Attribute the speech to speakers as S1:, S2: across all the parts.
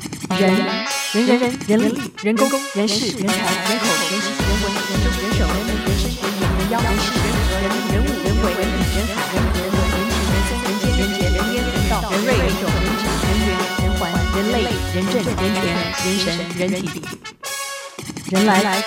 S1: 人人人人人力人工人事人才人口人时人文人政人手人民人身人眼人腰人事人和人人物人鬼人人海人和人文人情人生人间人杰人烟人道人瑞人种人质人缘人环人类人政人权人神人体人来来。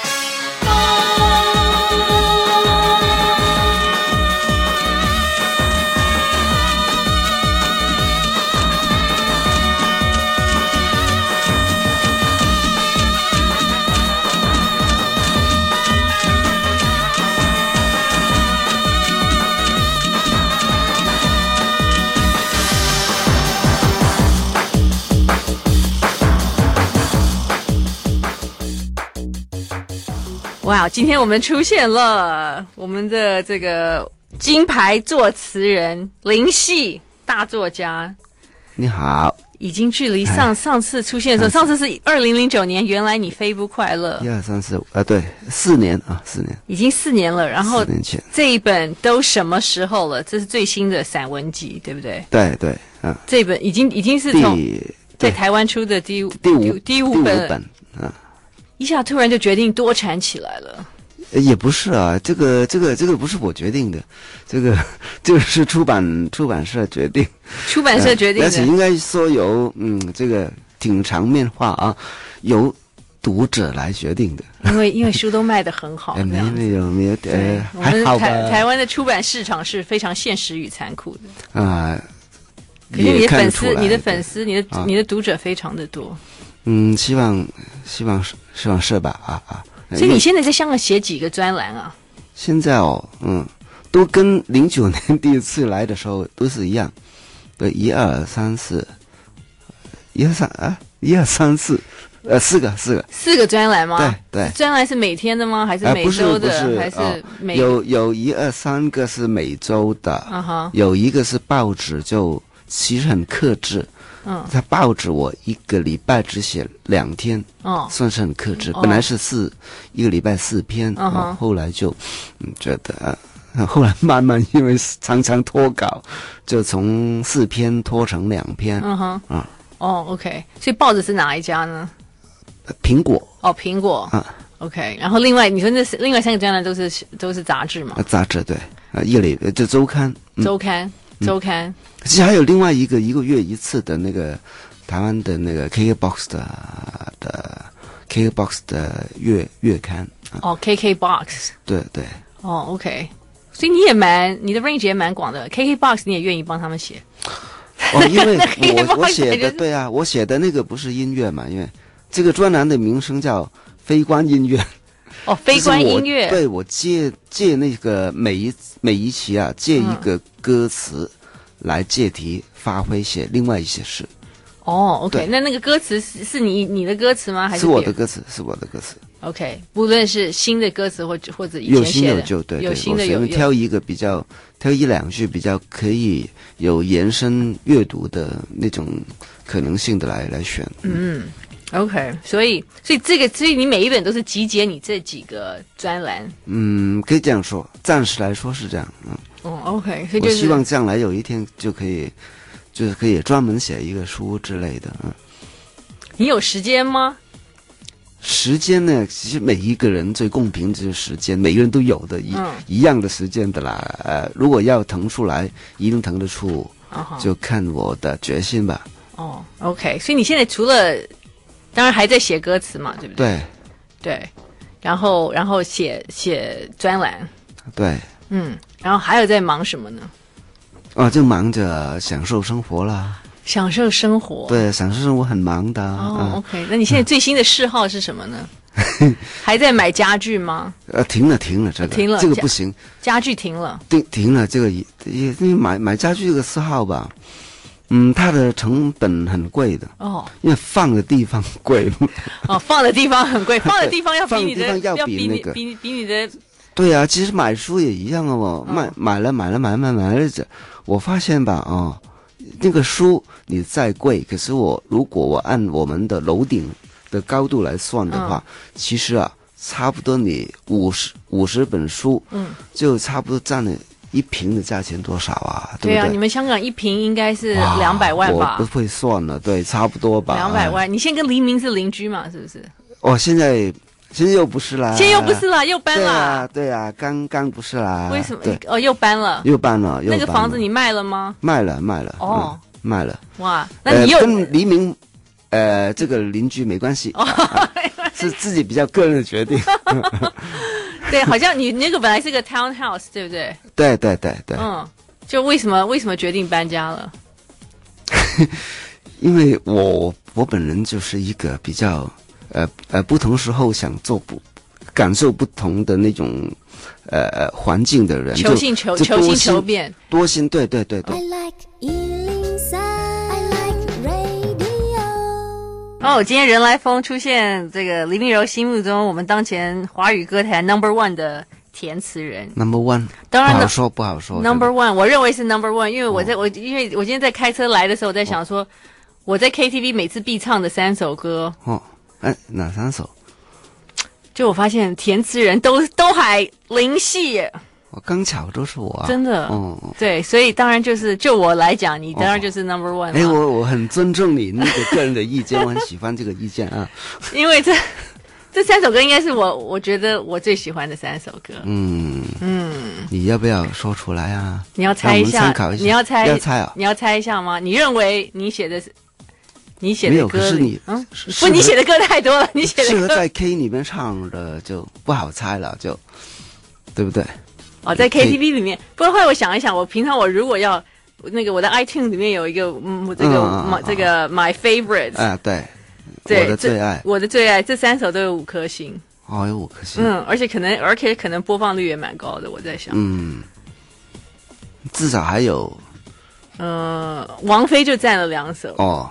S2: 哇，今天我们出现了我们的这个金牌作词人林夕大作家，
S3: 你好，
S2: 已经距离
S3: 哎
S2: 上上次出现的时候，上次是二零零九年，原来你飞不快乐
S3: 一，二三四五，啊，对，四年啊，四年，
S2: 已经四年了。然后
S3: 四年前，
S2: 这一本都什么时候了？这是最新的散文集，对不对？
S3: 对对，嗯，
S2: 这本已经已经是
S3: 第
S2: 从在
S3: 对
S2: 台湾出的第五
S3: 第五
S2: 第
S3: 第
S2: 五
S3: 五
S2: 本，
S3: 本，嗯，
S2: 一下突然就决定多产起来了。
S3: 呃也不是啊，这个这个这个不是我决定的，这个 这个是出版出版社决定，
S2: 出版
S3: 哎
S2: 社决定
S3: 而且应
S2: 的，
S3: 该说由嗯这个挺场面化啊，由读者来决定的，
S2: 因为因为书都卖得很好，哦
S3: 哎，
S2: 这
S3: 没
S2: 样子。
S3: 没有没有，
S2: 对
S3: 呃，，
S2: 我
S3: 还
S2: 们
S3: 好吧，
S2: 台台湾的出版市场是非常现实与残酷的。
S3: 啊，
S2: 可是你
S3: 也
S2: 的
S3: 看
S2: 粉
S3: 得出
S2: 丝、
S3: 来
S2: 你的
S3: 对
S2: 粉丝、你的、
S3: 啊
S2: 你的读者非常的多，
S3: 嗯，希望希望是希望是吧？啊啊，
S2: 所以你现在在香港写几个专栏啊？
S3: 现在哦，嗯，都跟零九年第一次来的时候都是一样，对，一二三四，一二三啊，一二三四，呃，四个四个，
S2: 四个专栏吗？
S3: 对对，
S2: 专栏是每天的吗？还是
S3: 哎
S2: 每
S3: 不是
S2: 周
S3: 不
S2: 的？
S3: 是
S2: 还是
S3: 哦
S2: 每？
S3: 有有一二三个是每周的，
S2: 啊哈，
S3: 有一个是报纸就。其实很克制，
S2: 嗯
S3: 他报纸我一个礼拜只写两天，
S2: 哦，
S3: 算是很克制。
S2: 哦
S3: 本来是四一个礼拜四篇，
S2: 嗯哼
S3: 啊后来就嗯觉得，呃后来慢慢因为常常脱稿，就从四篇脱成两篇。
S2: 嗯哼，
S3: 啊
S2: 哦，OK，所以报纸是哪一家呢？
S3: 呃苹果
S2: 哦，苹果。
S3: 啊
S2: OK，然后另外你说那是另外三个专栏都是都是杂志嘛
S3: 啊，杂志对啊，一个礼呃这周刊，嗯
S2: 周刊、周刊，
S3: 其实还有另外一个一个月一次的那个台湾的那个 KKBOX 的的 KKBOX 的月月刊啊，
S2: 哦，KKBox，
S3: 对对。
S2: 哦，OK，所以你也蛮你的 range 也蛮广的，KKBox 你也愿意帮他们写，
S3: 哦，因为
S2: 以帮我
S3: 我我写
S2: 解决
S3: 的对啊，我写的那个不是音乐嘛，因为这个专栏的名称叫“非观音乐”，
S2: 哦， 非观
S3: 就是我
S2: 音乐，
S3: 对我借借那个每一每一期啊，借一个
S2: 嗯
S3: 歌词来借题发挥写另外一些诗，
S2: 哦，OK，
S3: 对
S2: 那那个歌词是是你你的歌词吗？还
S3: 是
S2: 别
S3: 我
S2: 人
S3: 的歌词，是我的歌词，
S2: OK，不论是新的歌词或者或者以
S3: 有
S2: 前
S3: 新
S2: 写
S3: 有
S2: 的，
S3: 旧，对对，
S2: 有新的
S3: 我随
S2: 有
S3: 便
S2: 有
S3: 挑一个比较，挑一两句比较可以有延伸阅读的那种可能性的来来选，
S2: OK，所以所以这个所以你每一本都是集结你这几个专栏，
S3: 嗯，可以这样说，暂时来说是这样，嗯。
S2: 哦，OK，所以
S3: 我
S2: 就是
S3: 希望将来有一天就可以，就是可以专门写一个书之类的。嗯，
S2: 你有时间吗？
S3: 时间呢，其实每一个人最公平就是时间，每个人都有的一、
S2: 嗯
S3: 一样的时间的啦。呃，如果要腾出来，一定腾得出，
S2: 啊哈，
S3: 就看我的决心吧。
S2: 哦，OK，所以你现在除了当然还在写歌词嘛，对不对？
S3: 对
S2: 对，然后然后写写专栏，
S3: 对，
S2: 嗯，然后还有在忙什么呢？
S3: 哦，就忙着享受生活啦。
S2: 享受生活。
S3: 对，享受生活很忙的
S2: 哦、
S3: 啊。
S2: o k 那你现在最新的嗜好是什么 呢？还在买家具吗？
S3: 呃，停了，停了，这个
S2: 停了
S3: 这个
S2: 这
S3: 不行。
S2: 家具停了，
S3: 停停了，这个也也因为买买家具这个嗜好吧，嗯，它的成本很贵的，
S2: 哦
S3: 因为放的地方贵。
S2: 哦，放的地方很 贵，放的地方要比你的
S3: 放的地方要比
S2: 比你
S3: 那个
S2: 比你比你的
S3: 对啊，其实买书也一样啊，我
S2: 嗯
S3: 买买了买了买了买了买了这，我发现吧啊、哦那个书你再贵，可是我如果我按我们的楼顶的高度来算的话，
S2: 嗯
S3: 其实啊，差不多你五十五十本书，
S2: 嗯，
S3: 就差不多占了一瓶的价钱多少啊？
S2: 对
S3: 不
S2: 啊，
S3: 对？
S2: 你们香港一瓶应该是
S3: 哇
S2: 两百万吧
S3: 我不？会算了，对，差不多吧。
S2: 两百万，你现在跟黎明是邻居嘛？是不是？
S3: 哦，现在现在又不是啦，
S2: 现在又不是啦，又搬
S3: 对
S2: 啦
S3: 啊，，对啊，刚刚不是啦。
S2: 为什么
S3: 对，？
S2: 哦，又搬了。
S3: 又搬了，又
S2: 那
S3: 搬了
S2: 个房子你卖了吗？
S3: 卖了，卖了。
S2: 哦
S3: 嗯，卖了。
S2: 哇，那你又
S3: 呃、跟黎明，呃，这个邻居没关
S2: 哦
S3: 系，啊是自己比较个人的 决定。
S2: 对，好像你那个本来是个 townhouse，对不对？
S3: 对对对对，
S2: 嗯，就为什么为什么决定搬家了？
S3: 因为我我本人就是一个比较，呃呃，不同时候想做不感受不同的那种，呃呃环境的人，
S2: 求
S3: 就
S2: 新求
S3: 就
S2: 求
S3: 多
S2: 新
S3: 心
S2: 求变，嗯
S3: 多心，对对对对
S4: I，like Ealing Sound. I like radio.
S2: 哦，今天人来疯出现这个黎明柔心目中我们当前华语歌坛 number one 的填词人，
S3: Number one，
S2: 当然
S3: 不
S2: 了
S3: 好说，不好说。
S2: number one，我认为是 number one，因为我在、我因为我今天在开车来的时候，我在想说，我在 KTV 每次必唱的三首歌，
S3: 真的哦，哎，哪三首？
S2: 就我发现填词人都都还灵系耶，
S3: 我刚巧都是我啊，
S2: 真的。
S3: 哦。哦
S2: 对，所以当然就是就我来讲，你当然就是 number one
S3: 哎，
S2: 了，
S3: 我我很尊重你那个个人的意见，我很喜欢这个意见啊。
S2: 因为这这三首歌应该是我我觉得我最喜欢的三首歌。
S3: 嗯嗯，你要不要说出来啊？
S2: 你要猜一
S3: 让我
S2: 下
S3: 们参考，一下
S2: 你要猜，
S3: 要猜啊
S2: 你要猜一下吗？你认为你写的是你写
S3: 没
S2: 的
S3: 有
S2: 歌
S3: 可是
S2: 里
S3: 你
S2: 嗯，
S3: 是
S2: 不，
S3: 是
S2: 你写的歌太多了，你写
S3: 适合
S2: 的歌
S3: 在 K 里面唱的就不好猜了，就对不对？
S2: 哦，在
S3: 可以
S2: KTV 里面，不然后来我想一想，我平常我如果要那个我的 iTunes 里面有一个嗯，我这个
S3: 嗯嗯嗯
S2: my- 这个 My Favorites，
S3: 啊，对，
S2: 对，
S3: 我的
S2: 这
S3: 最爱，
S2: 我的最爱，这三首都有五颗星，
S3: 哦，有五颗星。
S2: 嗯，而且可能而且可能播放率也蛮高的，我在想，
S3: 嗯，至少还有
S2: 嗯，王菲就占了两首，
S3: 哦，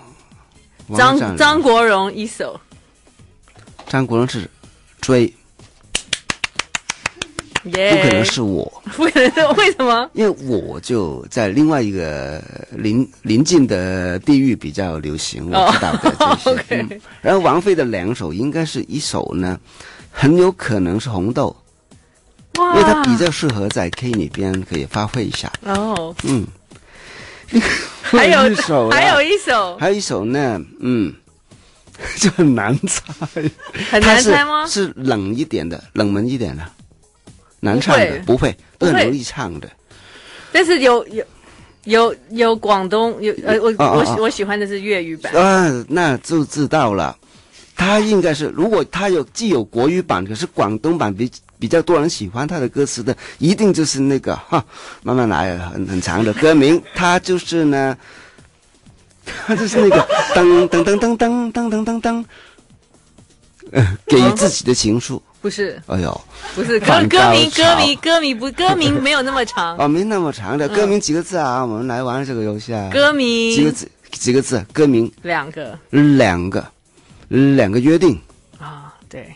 S3: 王
S2: 张
S3: 善
S2: 张
S3: 良
S2: 国荣一首，
S3: 张国荣是追，不
S2: 耶，
S3: 可能，是我。
S2: 不可能是， 为什么？
S3: 因为我就在另外一个邻邻近的地域比较流行，
S2: 哦
S3: 我知道 的这
S2: OK
S3: 些。嗯然后王菲的两首应该是一首呢，很有可能是《红豆》，因为它
S2: 哇
S3: 比较适合在 K 里边可以发挥一下。
S2: 哦，
S3: 嗯，
S2: 还有
S3: 一首啦，
S2: 还有一首
S3: 还有一首呢，嗯， 就很难猜，
S2: 很
S3: 它
S2: 难
S3: 是
S2: 猜吗？
S3: 是冷一点的，冷门一点的，难唱的，不会，
S2: 不
S3: 都
S2: 会
S3: 很容易唱的。
S2: 但是有有有有广东有呃，我
S3: 啊啊
S2: 我
S3: 啊
S2: 喜我喜欢的是粤语版。
S3: 啊，那就知道了。他应该是，如果他有既有国语版，可是广东版比比较多人喜欢他的歌词的，一定就是那个哈，慢慢来，很很长的歌名，他就是呢， 他就是那个噔噔噔噔噔噔噔噔噔，呃，给予自己的情书。
S2: 不是
S3: 哎呦，
S2: 不是歌
S3: 反
S2: 歌名
S3: 高
S2: 歌
S3: 潮
S2: 名歌名不歌名没有那么 长，
S3: 哦，没那么长的歌名几个字啊？我们来玩这个游戏
S2: 嗯
S3: 啊，
S2: 歌
S3: 几个
S2: 名
S3: 字，几个字，歌名
S2: 两个
S3: 两个，两个约定
S2: 啊，对，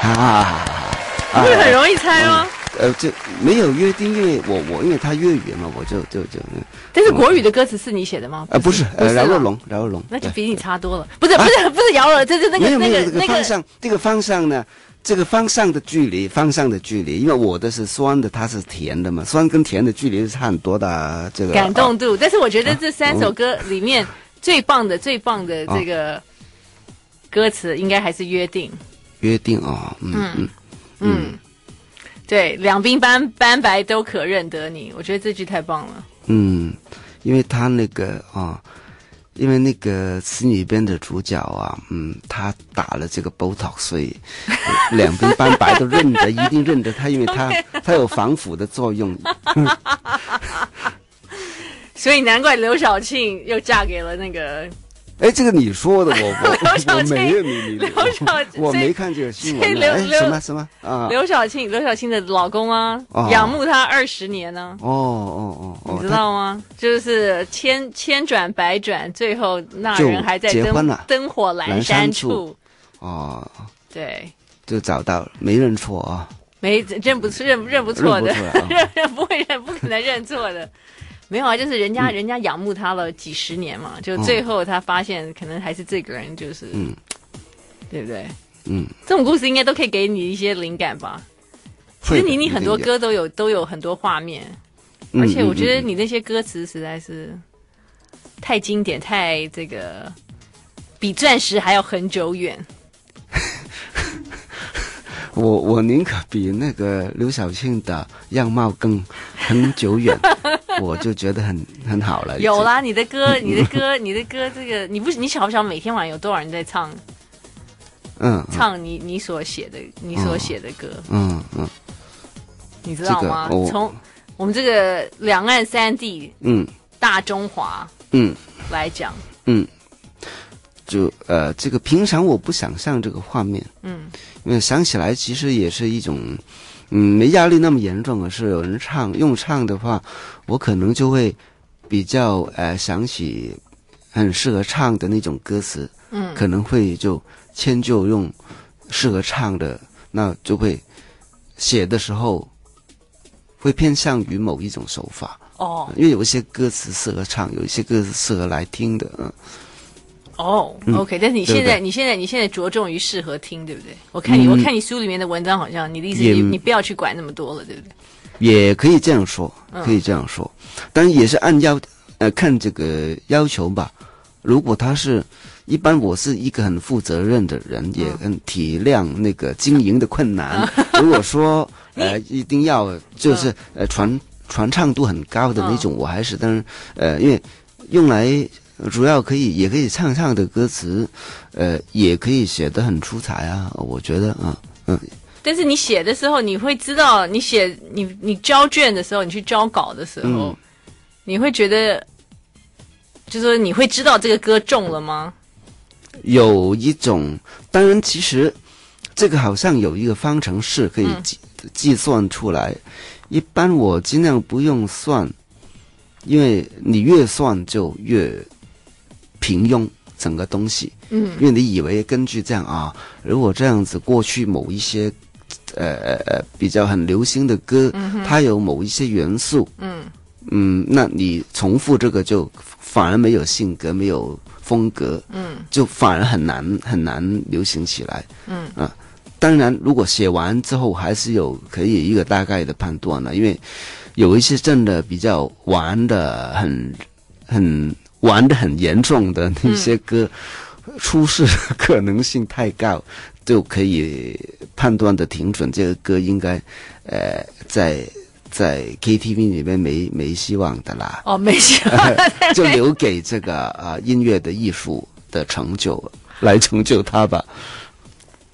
S3: 啊。
S2: 不是很容易猜吗？
S3: 呃，这没有约定，因为我我因为他粤语嘛，我就就就嗯
S2: 但是国语的歌词是你写的吗？
S3: 呃不是
S2: 不
S3: 呃
S2: 是
S3: 饶
S2: 啦
S3: 若龙饶若龙，
S2: 那就
S3: 对
S2: 比你差多了。不是不是不是姚了，这是那
S3: 没
S2: 个那
S3: 有没有
S2: 个
S3: 这个
S2: 那
S3: 方
S2: 个
S3: 向，这个方向呢，这个方向的距离，方向的距离，因为我的是酸的，它是甜的嘛，酸跟甜的距离是差很多的啊，这个
S2: 感
S3: 啊嗯啊
S2: 动度。但是我觉得这三首歌里面最棒的最棒的这个歌词应该还是约定。
S3: 约定哦，嗯嗯，
S2: 嗯，对，两鬓斑斑白都可认得你，我觉得这句太棒了。
S3: 嗯，因为他那个啊、因为那个词里边的主角啊，嗯，他打了这个 Botox，所以呃两鬓斑白都认得，一定认得他，因为他他有防腐的作用。
S2: 所以难怪刘晓庆又嫁给了那个
S3: 哎，这个你说的， 我
S2: 刘
S3: 我
S2: 晓
S3: 我
S2: 庆
S3: 没有你你
S2: 刘晓庆，所
S3: 我没
S2: 以
S3: 看这个新
S2: 所以
S3: 闻呢。
S2: 刘
S3: 哎，
S2: 刘
S3: 什么什么啊？
S2: 刘晓庆，刘晓庆的老公啊，
S3: 哦
S2: 仰慕她二十年呢、
S3: 哦哦哦哦，
S2: 你知道吗？就是千千转百转，最后那
S3: 就
S2: 人还在
S3: 结婚
S2: 灯
S3: 了
S2: 灯火阑珊
S3: 阑珊处他哦，
S2: 对，
S3: 就找到了，没认错啊。
S2: 没认不认认不错的，
S3: 认不出来啊
S2: 认认 不会认不可能认错的。没有啊，就是人
S3: 嗯
S2: 家、人家仰慕他了几十年嘛，就最后他发现可能还是这个人，就是，
S3: 嗯
S2: 对不对？
S3: 嗯，
S2: 这种故事应该都可以给你一些灵感吧？其
S3: 会
S2: 实
S3: 的
S2: 你你
S3: 一定
S2: 很多
S3: 有
S2: 歌都有都有很多画面，
S3: 嗯
S2: 而且我
S3: 嗯
S2: 觉得
S3: 嗯
S2: 你那些歌词实在是太经典，太这个比钻石还要很久远。
S3: 我我宁可比那个刘晓庆的样貌更很 久远，我就觉得很很好了。
S2: 有，啦，你的歌，你的歌，你的歌，这个你不你晓不晓得每天晚上有多少人在唱
S3: 嗯
S2: 唱你你所写的你所写的歌，
S3: 嗯嗯
S2: 你知道吗？
S3: 这个我哦
S2: 从我们这个两岸三地
S3: 嗯
S2: 大中华
S3: 嗯，
S2: 来讲，
S3: 就呃，这个平常我不想象这个画面，
S2: 嗯
S3: 因为想起来其实也是一种，嗯，没压力那么严重，而是有人唱用唱的话，我可能就会比较呃想起很适合唱的那种歌词，
S2: 嗯，
S3: 可能会就迁就用适合唱的，那就会写的时候会偏向于某一种手法，
S2: 哦
S3: 因为有一些歌词适合唱，有一些歌词适合来听的，嗯，
S2: 哦、o k 但是你
S3: 对
S2: 现
S3: 不
S2: 在
S3: 对嗯
S2: 你现在你现在着重于适合听，对不对？我看你、我看你书里面的文章，好像你的意思是
S3: 也
S2: 你你不要去管那么多了，对不对？
S3: 也可以这样说，可以这样说，当然也是按要呃看这个要求吧。如果他是一般，我是一个很负责任的人，也很体谅那个经营的困难。 如果说呃一定要就是呃传传唱度很高的那种，我还是当然呃因为用来主要可以也可以唱唱的歌词，呃也可以写得很出彩啊，我觉得啊嗯
S2: 但是你写的时候，你会知道，你写你你交卷的时候，你去交稿的时候，
S3: 嗯
S2: 你会觉得，就是说你会知道这个歌中了吗？
S3: 有一种，当然其实这个好像有一个方程式可以计、计算出来。一般我尽量不用算，因为你越算就越平庸整个东西。嗯，因为你以为根据这样啊，如果这样子过去某一些。呃呃呃，比较很流行的歌，它有某一些元素，
S2: 嗯
S3: 嗯，那你重复这个就反而没有性格，没有风格，
S2: 嗯
S3: 就反而很难很难流行起来。
S2: 嗯
S3: 啊，当然，如果写完之后还是有可以一个大概的判断了，因为有一些真的比较玩的很很玩的很严重的那些歌，出事的可能性太高，就可以判断的挺准，这个歌应该呃在在 KTV 里面没没希望的啦。
S2: 哦，没想到
S3: 就留给这个呃音乐的艺术的成就来成就它吧。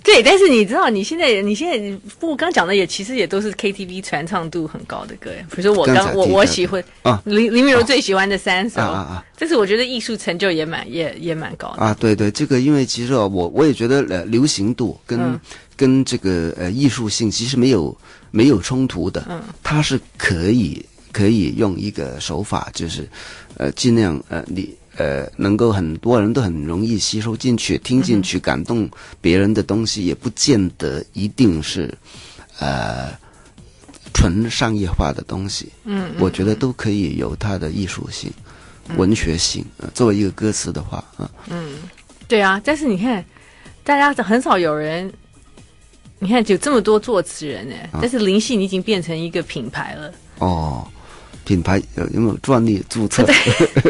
S2: 对，但是你知道，你现在你现在不过刚讲的也其实也都是 KTV 传唱度很高的歌，比如说我
S3: 刚
S2: 刚
S3: 才
S2: 我
S3: 提
S2: 我
S3: 到
S2: 喜欢
S3: 啊
S2: 林林敏柔最喜欢的三首，
S3: 啊啊啊
S2: 这是我觉得艺术成就也蛮也也蛮高的。
S3: 啊，对对，这个因为其实哦我我也觉得呃流行度跟、
S2: 嗯
S3: 跟这个呃艺术性其实没有没有冲突的，
S2: 嗯
S3: 它是可以可以用一个手法，就是呃尽量呃你。呃，能够很多人都很容易吸收进去、听
S2: 嗯
S3: 进去、感动别人的东西，也不见得一定是，呃，纯商业化的东西。
S2: 嗯，
S3: 我觉得都可以有它的艺术性、文学性。呃作为一个歌词的话，啊、
S2: 对啊，但是你看，大家很少有人，你看有这么多作词人呢、
S3: 啊
S2: 但是林夕你已经变成一个品牌 了，
S3: 哦，品牌有有没有专利 注册？
S2: 不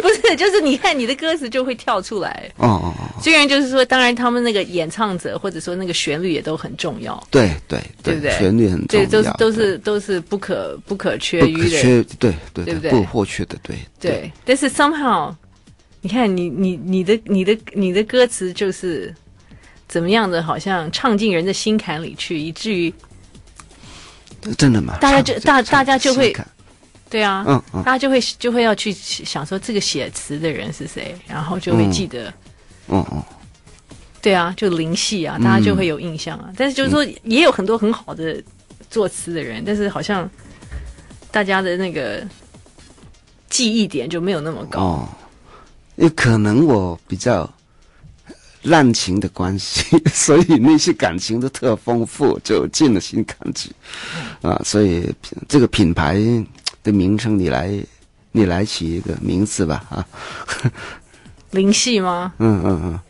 S2: 是？就是你看你的歌词就会跳出来。
S3: 哦哦哦，
S2: 虽然就是说，当然他们那个演唱者或者说那个旋律也都很重要，
S3: 对对
S2: 对不对
S3: 旋律很重
S2: 对，都
S3: 要，
S2: 是都
S3: 对
S2: 是都是不可不可缺
S3: 不
S2: 于
S3: 可
S2: 的。
S3: 缺，对对
S2: 对不对
S3: 不或缺的，对
S2: 对，但是 somehow，你看你你你的你的你的歌词就是怎么样的，好像唱进人的心坎里去，以至于
S3: 真的吗？
S2: 大家
S3: 唱
S2: 就
S3: 这
S2: 大
S3: 唱
S2: 大家就会
S3: 试试看
S2: 对啊，
S3: 嗯嗯
S2: 大家就会就会要去想说这个写词的人是谁，然后就会
S3: 嗯
S2: 记得。
S3: 哦哦，
S2: 对啊，就灵系
S3: 嗯
S2: 啊，大家就会有印象啊。但是就是说，也有很多很好的作词的人，但是好像大家的那个记忆点就没有那么高。
S3: 哦，也可能我比较滥情的关系， 所以那些感情都特丰富，就进了心坎去啊。所以这个品牌的名称，你来你来起一个名字吧啊。
S2: 灵系吗？
S3: 嗯嗯嗯，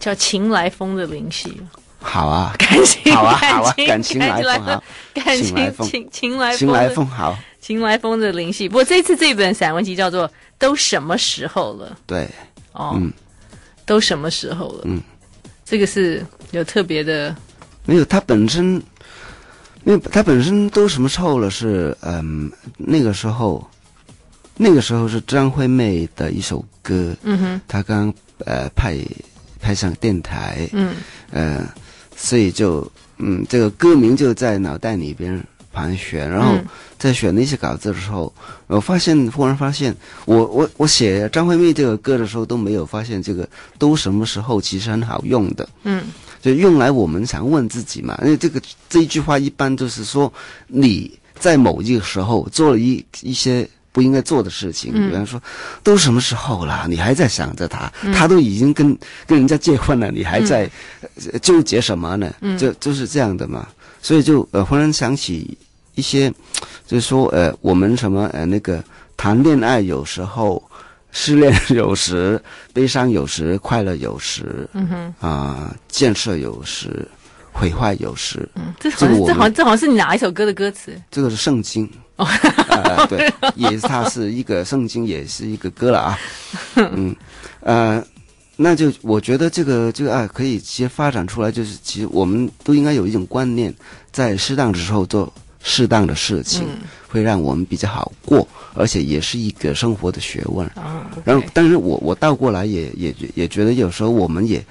S2: 叫“情来风”的灵系，
S3: 好啊，
S2: 感情
S3: 好啊好啊
S2: 感
S3: 感情来
S2: 来
S3: 风好
S2: 感
S3: 情来
S2: 情
S3: 风
S2: 情情来
S3: 行来
S2: 的
S3: 风好，
S2: 情来风的灵系。不过这次这本散文集叫做《都什么时候了》
S3: 对，
S2: 哦，
S3: 嗯，
S2: 都什么时候了？
S3: 嗯，
S2: 这个是有特别的，
S3: 没有，它本身，因为它本身都什么时候了是，嗯，那个时候，那个时候是张惠妹的一首歌，
S2: 嗯哼，
S3: 她刚呃派派上电台，
S2: 嗯
S3: 呃，所以就嗯，这个歌名就在脑袋里边盘旋，然后
S2: 嗯
S3: 在选那些稿子的时候，我发现忽然发现，我我我写张惠妹这个歌的时候都没有发现这个都什么时候其实很好用的，
S2: 嗯
S3: 就用来我们常问自己嘛，因为这个这一句话一般就是说你在某一个时候做了一一些。不应该做的事情，
S2: 嗯
S3: 比方说，都什么时候了，你还在想着他？他都已经跟跟人家结婚了，你还在呃纠结什么呢？就就是这样的嘛。所以就呃，忽然想起一些，就是说呃，我们什么呃那个谈恋爱有时候，失恋有时，悲伤有时，快乐有时，
S2: 嗯哼，
S3: 啊、建设有时，毁坏有时，
S2: 嗯，这好
S3: 这个
S2: 像
S3: 我
S2: 这
S3: 们
S2: 好像这好像是你哪一首歌的歌词？
S3: 这个是圣经。呃，对，也是它是一个圣经，也是一个歌了啊。嗯，呃，那就我觉得这个这个啊，可以其实发展出来，就是其实我们都应该有一种观念，在适当的时候做适当的事情，会让我们比较好过，而且也是一个生活的学问。
S2: 哦，
S3: 然后
S2: OK，
S3: 但是我我倒过来也也觉也觉得有时候我们也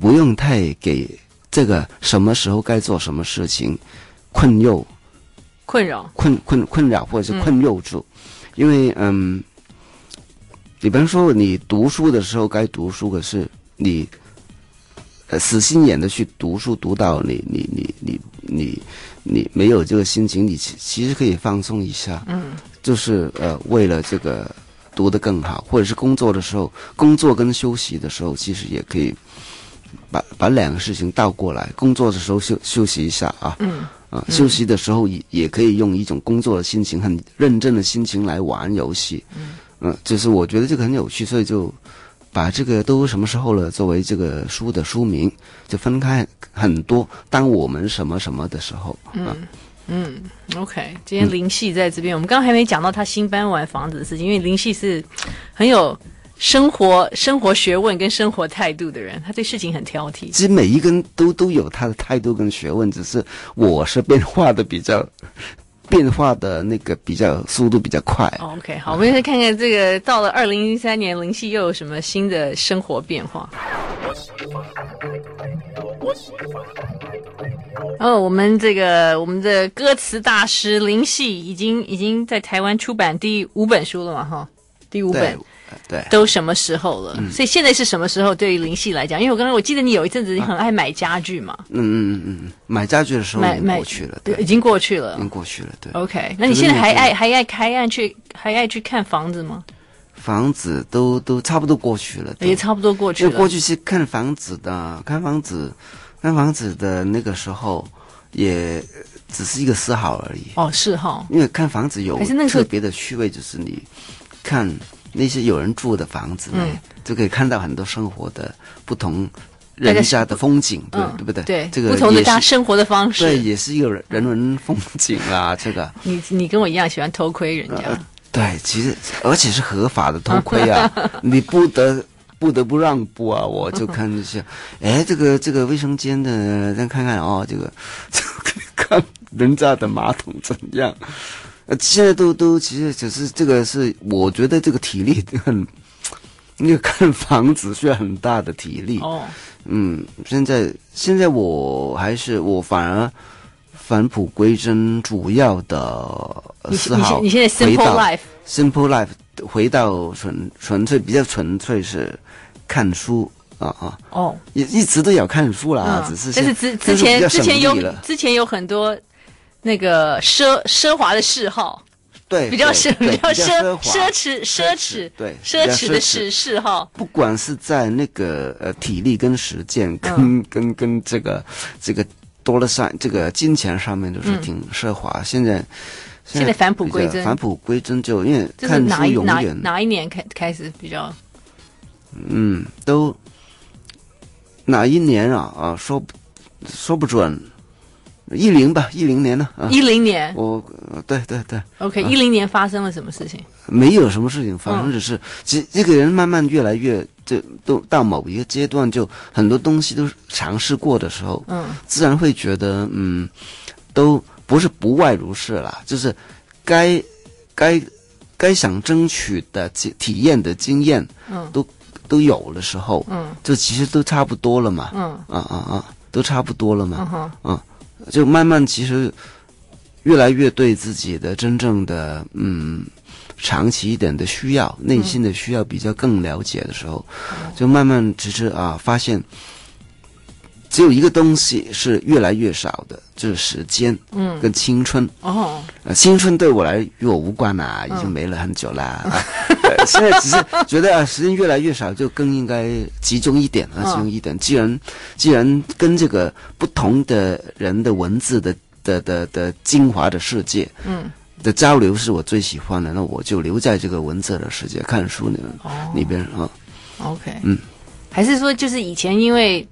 S3: 不用太给这个什么时候该做什么事情困囿
S2: 困扰，
S3: 困困困扰或
S2: 嗯
S3: 者是困囿住，因为嗯，比方说你读书的时候该读书，可是你呃死心眼的去读书，读到你你你你你你没有这个心情，你其其实可以放松一下，
S2: 嗯
S3: 就是呃为了这个读得更好，或者是工作的时候，工作跟休息的时候，其实也可以把把两个事情倒过来，工作的时候休休息一下啊，
S2: 嗯
S3: 啊，休息的时候也也可以用一种工作的心情、很认真的心情来玩游戏。嗯，就是我觉得这个很有趣，所以就把这个都什么时候了作为这个书的书名，就分开很多。当我们什么什么的时候，啊，
S2: 嗯，OK。今天林夕在这边，我们刚刚还没讲到他新搬完房子的事情，因为林夕是很有生活生活学问跟生活态度的人，他对事情很挑 剔。
S3: 其实每一个人都都有他的态度跟学问，只是我是变化的比较， 变化的那个比较速度比较快。
S2: 哦 OK，好，我们先看看这个到了二零零三年，林夕又有什么新的生活变化？哦，我们这个我们的歌词大师林夕已经已经在台湾出版第五本书了嘛，哈，第五
S3: 对
S2: 本。，
S3: 对，
S2: 都什么时候了？
S3: 嗯
S2: 所以现在是什么时候？对于林夕来讲，因为我刚刚我记得你有一阵子你很爱买家具嘛，
S3: 嗯嗯嗯嗯嗯，买家具的时候已
S2: 买
S3: 经
S2: 买
S3: 过去了，
S2: 对
S3: 对，嗯
S2: 已
S3: 已
S2: 经过去了
S3: 经。过去了，对。
S2: OK，那你现在还爱还爱还爱去还爱去看房子吗？
S3: 房子都都差不多过去了，
S2: 也
S3: 对
S2: 差不多过去
S3: 因为
S2: 了
S3: 过。去是看房子的，看房子，看房子的那个时候也只是一个嗜好而已。
S2: 哦，是哈，
S3: 因为看房子有
S2: 还是那个时候
S3: 特别的趣味，就是你看那些有人住的房子呢，
S2: 嗯
S3: 就可以看到很多生活的不同
S2: 大家
S3: 人
S2: 是
S3: 家的风景，对、
S2: 嗯，
S3: 对不对？
S2: 对，
S3: 这个
S2: 不同的
S3: 也
S2: 大家
S3: 是
S2: 生活的方
S3: 对，
S2: 式。
S3: 也是一个人人文风景啦，这个。
S2: 你你跟我一样喜欢偷窥人
S3: 呃
S2: 家，，
S3: 对，其实而且是合法的偷窥啊，你不得不得不让步啊！我就看一下，哎，这个这个卫生间的，再看看哦，这个 就看人家的马桶怎样。呃，现在都都其实只是这个是，我觉得这个体力很， 那个看房子需要很大的体力。
S2: 哦，
S3: 嗯，现在现在我还是我反而返璞归真，主要的呃
S2: 你
S3: 嗜
S2: 你
S3: 好
S2: 现你现在
S3: 回
S2: simple
S3: 到
S2: life
S3: simple life 回到纯纯粹比较纯粹是看书啊啊，
S2: 哦，
S3: 也一直都有看书啦，啊只是
S2: 嗯但是
S3: 现
S2: 之之
S3: 但是比
S2: 前
S3: 较
S2: 之前
S3: 省力
S2: 有
S3: 了
S2: 之前有很多那个奢奢华的嗜好，
S3: 对
S2: 比较
S3: 对
S2: 奢
S3: 对
S2: 比较
S3: 比较
S2: 奢
S3: 华
S2: 奢侈奢
S3: 侈
S2: 侈
S3: 对
S2: 奢
S3: 比较
S2: 侈的
S3: 奢侈
S2: 嗜嗜好，
S3: 不管是在那个呃体力跟实践跟、
S2: 嗯
S3: 跟跟这个这个多了上这个金钱上面都是挺奢华。啊现在
S2: 嗯现在返璞归真
S3: 比较返璞归真就因为
S2: 这是
S3: 看
S2: 哪
S3: 书
S2: 一
S3: 永
S2: 哪
S3: 远
S2: 哪一年开开始比较
S3: 嗯都哪一年啊啊说不说不准，一零吧，一零年呢啊，
S2: 一零年
S3: 我呃对对对，
S2: ，OK，一零年发生了什么事情？
S3: 没有什么事情发生，
S2: 嗯
S3: 只是这这个人慢慢越来越，这都到某一个阶段，就很多东西都尝试过的时候，
S2: 嗯
S3: 自然会觉得嗯，都不是不外如是啦，就是该该该想争取的体体验的经验
S2: 嗯
S3: 都有的时候，
S2: 嗯
S3: 就其实都差不多了嘛，
S2: 嗯
S3: 啊啊啊，都差不多了嘛，
S2: 嗯哼
S3: 就慢慢其实越来越对自己的真正的嗯长期一点的需要、内心的需要比较更了解的时候，就慢慢其实啊发现，只有一个东西是越来越少的，就是时间
S2: 嗯，
S3: 跟青春。
S2: 哦，
S3: 呃，青春对我来与我无关啦、
S2: 嗯
S3: 已经没了 很久啦、啊。呃现在只是觉得啊，时间越来越少，就更应该集中一点啊，
S2: 嗯
S3: 集中一点。既然既然跟这个不同的人的文字的的的的精华的世界
S2: 嗯
S3: 的交流是我最喜欢的，那我就留在这个文字的世界看书里
S2: 哦
S3: 里边啊。
S2: ，OK，
S3: 嗯，
S2: 还是说就是以前因为。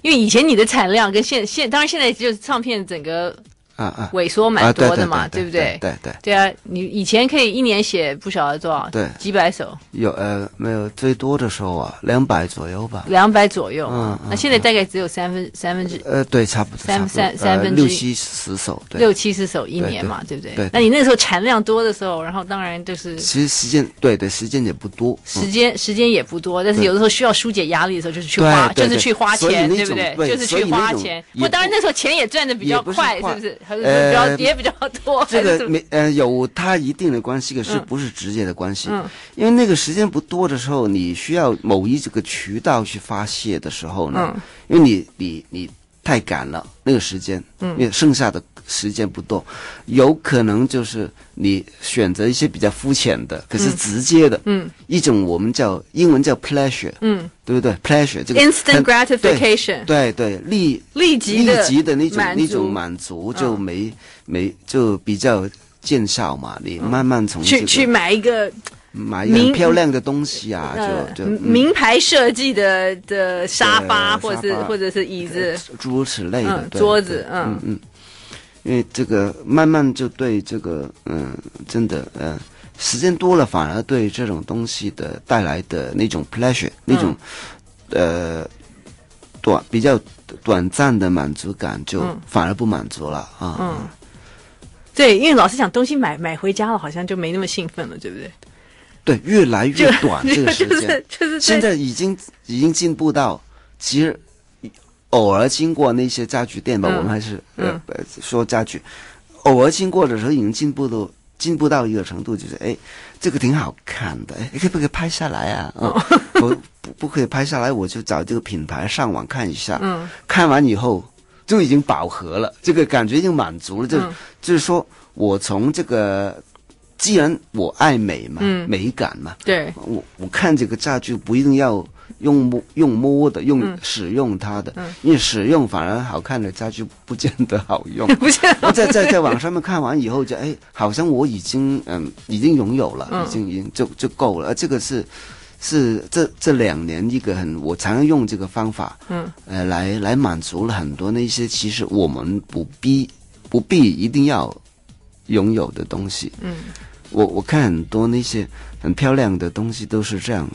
S2: 因为以前你的产量跟现现，当然现在就是唱片整个
S3: 啊啊
S2: 萎缩
S3: 啊，
S2: 蛮
S3: 对
S2: 多
S3: 对
S2: 的嘛，
S3: 对
S2: 不
S3: 对
S2: 对？
S3: 对对，
S2: 对啊，你以前可以一年写不晓得多少，
S3: 对
S2: 几百首，
S3: 有呃没有最多的时候啊，两百左右吧。
S2: 两百左右。
S3: 嗯
S2: 那现在大概只有三分三分之
S3: 呃，对，差不多，
S2: 三
S3: 差不多
S2: 三三
S3: 呃
S2: 分之一
S3: 六七十首，对，
S2: 六七十首一年嘛，对不对？
S3: 对对
S2: 那你那时候产量多的时候，然后当然就是
S3: 其实时间对对，时间也不多，嗯
S2: 时间、时间也不多，但是
S3: 对
S2: 有的时候需要疏解压力的时候，就是去
S3: 对
S2: 花，就
S3: 对
S2: 是
S3: 对
S2: 去花
S3: 所以
S2: 钱，
S3: 那
S2: 对
S3: 种
S2: 对？
S3: 对
S2: 就是
S3: 所以
S2: 去花
S3: 那种
S2: 钱。
S3: 也
S2: 不，当然那时候钱也赚的比较
S3: 也不是
S2: 快，是
S3: 花
S2: 不是？还是
S3: 呃
S2: 比较也比较多，
S3: 这
S2: 还是什 么
S3: 个没呃有它一定的关系，可是
S2: 嗯
S3: 不是直接的关系。
S2: 嗯
S3: 因为那个时间不多的时候，你需要某一个渠道去发泄的时候呢，
S2: 嗯
S3: 因为你你你太赶了，那个时间，嗯，因为剩下的时间不多，有可能就是你选择一些比较肤浅的，可是直接的，
S2: 嗯，
S3: 一种我们叫英文叫 pleasure，
S2: 嗯
S3: 对不对？pleasure 这个很
S2: instant gratification
S3: 对对立
S2: 立即的
S3: 立即的那种
S2: 满足
S3: 那种满足就
S2: 嗯
S3: 没、没就比较见效嘛，你慢慢从、这
S2: 嗯去
S3: 个
S2: 去买一个
S3: 买一个很
S2: 名
S3: 漂亮的东西啊，
S2: 呃
S3: 就就、嗯、
S2: 名牌设计的的沙发，
S3: 对
S2: 或者是
S3: 沙发
S2: 或者是椅子，
S3: 呃诸如此类的、
S2: 嗯
S3: 对
S2: 桌子
S3: 对
S2: 嗯
S3: 嗯，因为这个慢慢就对这个嗯，真的嗯。呃时间多了，反而对这种东西的带来的那种 pleasure，、那
S2: 嗯
S3: 种呃短比较短暂的满足感，就
S2: 嗯
S3: 反而不满足了啊。
S2: 嗯，对，因为老实讲，东西买买回家了，好像就没那么兴奋了，对不对？
S3: 对，越来越短这个时
S2: 就
S3: 间
S2: 是，就是
S3: 现在已经已经进步到，其实偶尔经过那些家具店吧，
S2: 嗯
S3: 我们还是呃
S2: 嗯
S3: 呃说家具，偶尔经过的时候已经进步到进步到一个程度，就是哎，这个挺好看的，哎，可不可以拍下来啊？嗯，
S2: 哦
S3: 不不不可以拍下来，我就找这个品牌上网看一下，
S2: 嗯
S3: 看完以后就已经饱和了，这个感觉已经满足了，就、
S2: 嗯
S3: 就是说我从这个，既然我爱美嘛，
S2: 嗯
S3: 美感嘛，
S2: 对，
S3: 我我看这个家具不一定要用摸用摸的，用使用它的，因为使用反而好看的家具不见得好用。
S2: 不是
S3: 我在在在网上面看完以后就，哎，好像我已经嗯已经拥有了，
S2: 嗯
S3: 已经已经就就够了。呃这个是是这这两年一个很我常用这个方法，
S2: 嗯，
S3: 呃，来来满足了很多那些其实我们不必不必一定要拥有的东西。
S2: 嗯，
S3: 我我看很多那些很漂亮的东西都是这样。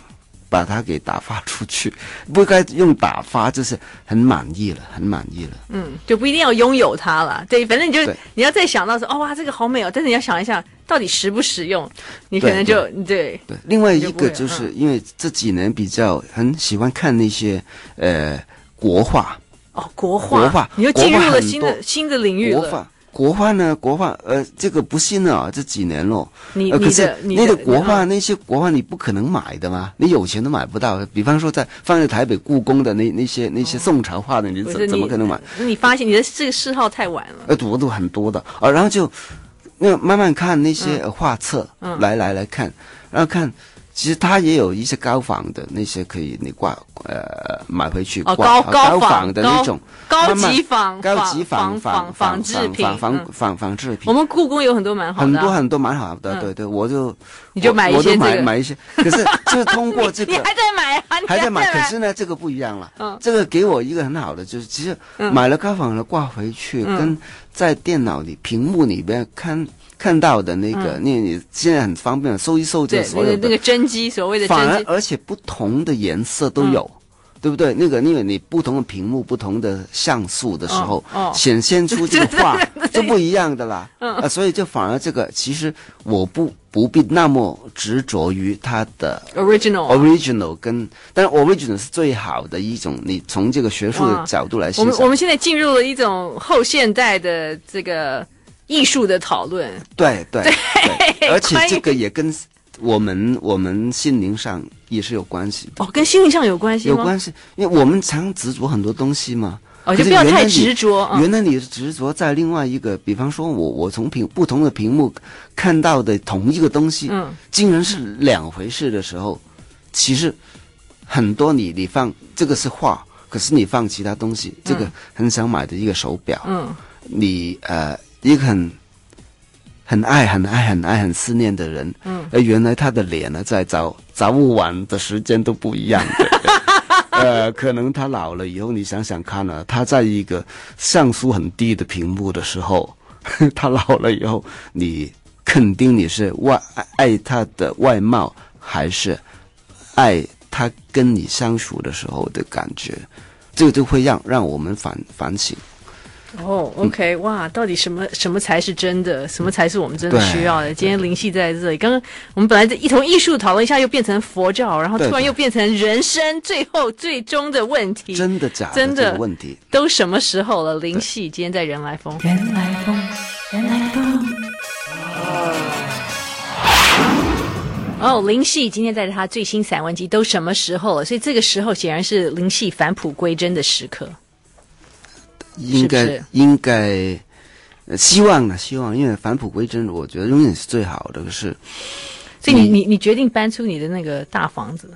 S3: 把它给打发出去，不该用打发，就是很满意了，很满意了。
S2: 嗯，就不一定要拥有它了。对，反正你就
S3: 对
S2: 你要再想到说，哦哇，这个好美哦，但是你要想一下，到底实不实用，你可能就对
S3: 对，另外一
S2: 就不
S3: 个
S2: 会嗯
S3: 就是因为这几年比较很喜欢看那些呃国画，
S2: 哦，国画，
S3: 国画
S2: 你又进入
S3: 国画
S2: 了
S3: 很
S2: 新
S3: 多
S2: 的新的领域
S3: 国
S2: 了。
S3: 画国画呢，国画呃这个不信啊，这几年咯，
S2: 你
S3: 呃可
S2: 你
S3: 是
S2: 的你
S3: 那个国画
S2: 嗯
S3: 那些国画你不可能买的嘛，你有钱都买不到。比方说在放在台北故宫的那那些那些宋朝画的，你
S2: 哦不
S3: 怎
S2: 是
S3: 怎么
S2: 你
S3: 可能买？？
S2: 你发现你的这个嗜好太晚了。
S3: 呃，读都很多的啊，
S2: 嗯
S3: 然后就那慢慢看那些呃画册，来来来看，然后看其实它也有一些高仿的那些可以你挂呃买回去挂、
S2: 哦高
S3: 啊高
S2: 高仿
S3: 仿的那种
S2: 高
S3: 慢慢
S2: 级仿
S3: 高级
S2: 仿
S3: 仿
S2: 仿
S3: 仿
S2: 制品，
S3: 仿仿
S2: 嗯
S3: 仿仿制
S2: 我
S3: 品，
S2: 们故宫有很多蛮好
S3: 很
S2: 的啊，
S3: 多很多蛮好的，
S2: 嗯
S3: 对对，我就
S2: 你就
S3: 我
S2: 买一
S3: 我就
S2: 些
S3: 买
S2: 这个
S3: 买一些，可是就是通过这
S2: 哎 你
S3: 个
S2: 还在买啊？你
S3: 还在买，
S2: 买？
S3: 可是呢，这个不一样了。
S2: 嗯
S3: 这个给我一个很好的，就是其实
S2: 嗯
S3: 买了高仿的挂回去，
S2: 嗯
S3: 跟在电脑里屏幕里边看看到的那个，那你现在很方便，搜一搜
S2: 嗯
S3: 这
S2: 对，那
S3: 所
S2: 个
S3: 有
S2: 那
S3: 的
S2: 个，真机，所谓的
S3: 反而
S2: 真机，
S3: 而且不同的颜色都
S2: 嗯
S3: 有。对不对？那个，因为你不同的屏幕、不同的像素的时候，
S2: 哦哦
S3: 显现出这个 画就不一样的啦。嗯、啊，所以就反而这个，其实我不不必那么执着于它的
S2: original 啊。
S3: original 跟，但 original 是最好的一种，你从这个学术的
S2: 哇
S3: 角度来
S2: 哦我
S3: 欣
S2: 们
S3: 赏。
S2: 我们现在进入了一种后现代的这个艺术的讨论，
S3: 对对对，而且
S2: 关于
S3: 这个也跟我们我们心灵上也是有关系的，
S2: 哦，跟心灵上有关系
S3: 有
S2: 吗？
S3: 关系，因为我们常执着很多东西嘛。
S2: 哦，
S3: 可
S2: 就是不要
S3: 原来
S2: 太
S3: 你
S2: 执着啊。
S3: 原来你是执着在另外一个，比方说我我从屏不同的屏幕看到的同一个东西，
S2: 嗯，
S3: 竟然是两回事的时候，其实很多你你放这个是画，可是你放其他东西，这个很想买的一个手表，
S2: 嗯
S3: 你呃一个很很爱很爱很爱很思念的人，
S2: 嗯，
S3: 而原来他的脸呢，在早早午晚的时间都不一 样的。 呃，可能他老了以后，你想想看啊，他在一个像素很低的屏幕的时候， 他老了以后，你肯定你是外爱爱他的外貌，还是爱他跟你相处的时候的感觉？这个就会让让我们反反省。
S2: 哦，OK，哇，到底什么什么才是真的，什么才是我们真的
S3: 对
S2: 需要的？今天灵系在这里，刚刚我们本来在一从艺术讨论一下，又变成佛教，然后
S3: 对
S2: 突然
S3: 对
S2: 又变成人生最后最终的问题，
S3: 真的假的？
S2: 嗯真的
S3: 这个问题。
S2: 都什么时候了？灵系今天在人来疯。
S1: 人来疯，人来疯。
S2: 哦，林夕今天带着他最新散文集，都什么时候了？所以这个时候显然是林夕返璞归真的时刻。
S3: 应该
S2: 是不是
S3: 应该、呃希望呢，希望，因为返璞归真，我觉得永远是最好的。可是，
S2: 所
S1: 嗯
S2: 以你、你你决定搬出你的那个大房子，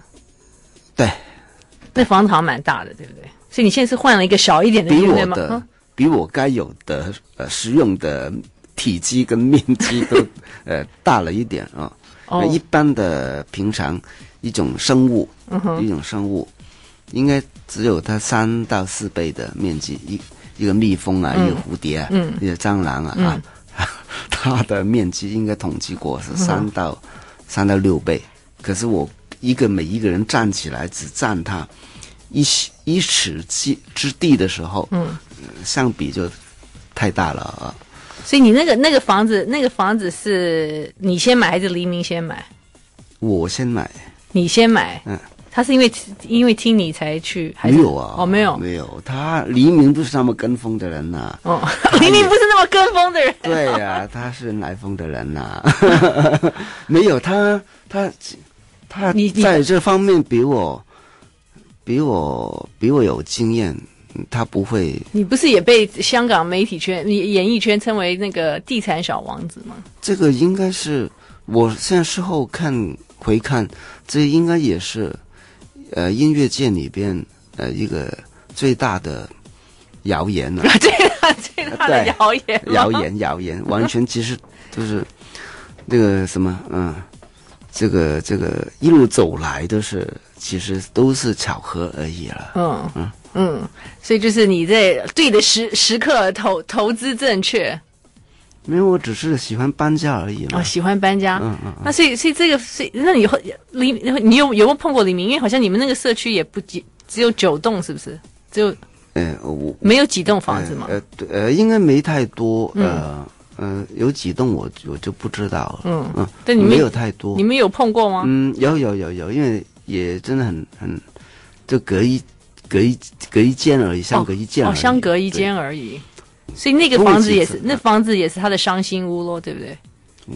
S3: 对
S2: 那房子好像蛮大的，对不对？所以你现在是换了一个小一点的，
S3: 比
S2: 对不对
S3: 我
S2: 吗？
S3: 的、
S2: 嗯
S3: 比我该有的呃实用的体积跟面 积都呃大了一点啊。
S2: 哦
S3: 一般的平常一种生物，
S2: 嗯哼
S3: 一种生物应该只有它三到四倍的面积，一一个蜜蜂啊，一个蝴蝶啊，
S2: 嗯
S3: 一个蟑螂啊，啊它的面积应该统计过
S2: 嗯
S3: 是三到三、到六倍。可是我一个每一个人站起来只占它一尺一尺之之地的时候，嗯、相比就太大了啊。
S2: 所以你那个那个房子，那个房子是你先买还是黎明先买？
S3: 我先买，
S2: 你先买，
S3: 嗯。
S2: 他是因为因为听你才去，还
S3: 没
S2: 是
S3: 有啊，
S2: 哦，没有，
S3: 没有。他黎明不是那么跟风的人呐、
S2: 哦，黎明不是那么跟风的人，
S3: 对呀、他是来风的人呐、 没有他，他他
S2: 你你
S3: 在这方面比我比我比我有经验，嗯他不会
S2: 你不是也被香港媒体圈、演演艺圈称为那个地产小王子 吗？
S3: 这个应该是我现在事后看回看，这应该也是呃音乐界里边呃一个最大的谣言了、
S2: 最大最大的
S3: 对
S2: 谣言 吗，
S3: 谣言，谣言，完全其实就是那个什么，嗯，这个这个一路走来都是，其实都是巧合而已了。
S2: 嗯嗯所以就是你在对的时时刻投投资正确
S3: 因为我只是喜欢搬家而已
S2: 啊、
S3: 嘛
S2: 哦，。喜欢哦搬家。
S3: 嗯嗯嗯，
S2: 那所以，所以这个，所以那你后黎，你有有没有碰过黎明？因为好像你们那个社区也不几，只有九栋，是不是？只有
S3: 呃，我
S2: 没有几栋房子嗯嘛？
S3: 呃对呃，应该没太多，呃呃，有几栋我我就不知道了。
S2: 嗯
S3: 嗯，
S2: 但你们
S3: 没有太多
S2: 你。们有碰过吗？
S3: 嗯，有有有有，因为也真的很很，就隔一隔一隔一间而已，相隔一间而
S2: 哦，
S3: 已，
S2: 相隔一
S3: 对
S2: 间而已。所以那个
S3: 不会
S2: 房子
S3: 几
S2: 也
S3: 次
S2: 是，那房子也是他的伤心屋咯，对不对？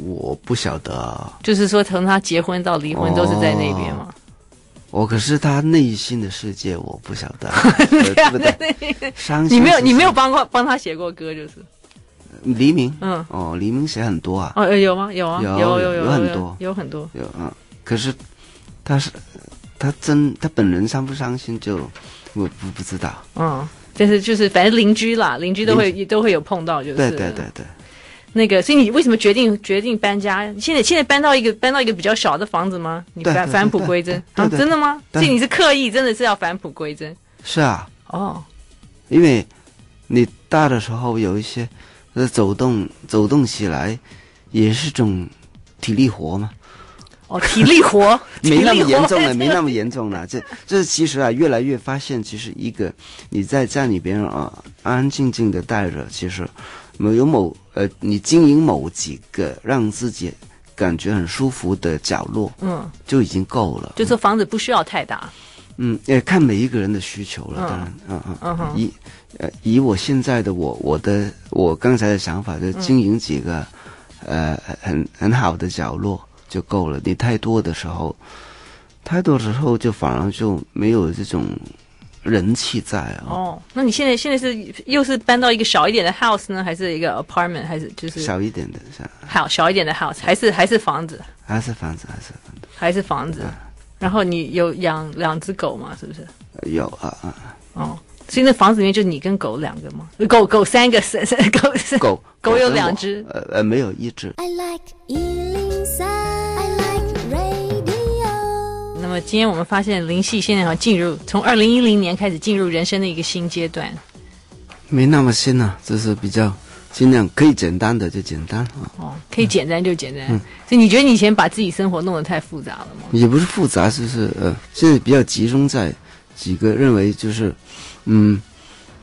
S3: 我不晓得啊，
S2: 就是说，从他结婚到离婚都是在那边嘛。
S3: 我可是他内心的世界，我不晓 得，对对不对？伤心
S2: 你没有，
S3: 是
S2: 你没有帮过帮他写过歌，就是
S3: 黎明，
S2: 嗯
S3: 哦，黎明写很多啊，
S2: 哦，有吗？有啊，
S3: 有
S2: 有
S3: 有
S2: 有
S3: 有很多
S2: 有很多。
S3: 有嗯，可是他是他真他本人伤不伤心就我不不知道。
S2: 嗯，但是就是反正邻居啦，邻居都会都会有碰到，就是
S3: 对对对对，
S2: 那个，所以你为什么决定决定搬家？现在现在搬到一个返到一个比较小的房子吗？你
S3: 对
S2: 返
S3: 对
S2: 返璞
S3: 对
S2: 归真
S3: 对
S2: 啊？
S3: 对
S2: 真的吗？
S3: 对
S2: 所以你是刻意真的是要返璞归真
S3: 是啊，
S2: 哦？
S3: 因为你大的时候有一些呃走动走动起来也是种体力活嘛，，
S2: 哦，体力活
S3: 没那么严 重了，
S2: 了，
S3: 没那么严重了。这这其实啊，越来越发现，其实一个你在家里边啊，安安静静的待着，其实某有某呃，你经营某几个让自己感觉很舒服的角落
S2: 嗯，
S3: 就已经够了。
S2: 就说房子不需要太大，
S3: 嗯，也看每一个人的需求了，
S2: 嗯
S3: 当然，嗯嗯，
S2: 嗯哼，
S3: 以呃以我现在的我，我的我刚才的想法，就经营几个、呃很很好的角落就够了。你太多的时候，太多的时候就反而就没有这种人气在啊。
S2: 哦，那你现在现在是又是搬到一个小一点的 house 呢，还是一个 apartment，还是就是
S3: 小一点的，像
S2: 好小一点的 house，还是还是房子，
S3: 还是房子，还是房子
S2: 还是房
S3: 嗯
S2: 子？然后你有养两只狗吗？是不是？
S3: 呃有啊啊，
S2: 哦，所以那房子里面就你跟狗两个吗？狗狗三个，三三 狗三
S3: 狗
S2: 狗有
S3: 跟
S2: 两
S3: 我
S2: 只
S3: 呃呃没有一只，
S4: I like Ealing Sound. I like radio.
S2: 那么今天我们发现林夕现在好像进入从二零一零年开始进入人生的一个新阶段。
S3: 没那么新啊，就是比较尽量可以简单的就简单啊。
S2: 哦，可以简单就简单。
S3: 嗯
S2: 所以你觉得你以前把自己生活弄得太复杂了吗？
S3: 也不是复杂，就是呃，现在比较集中在几个认为就是，嗯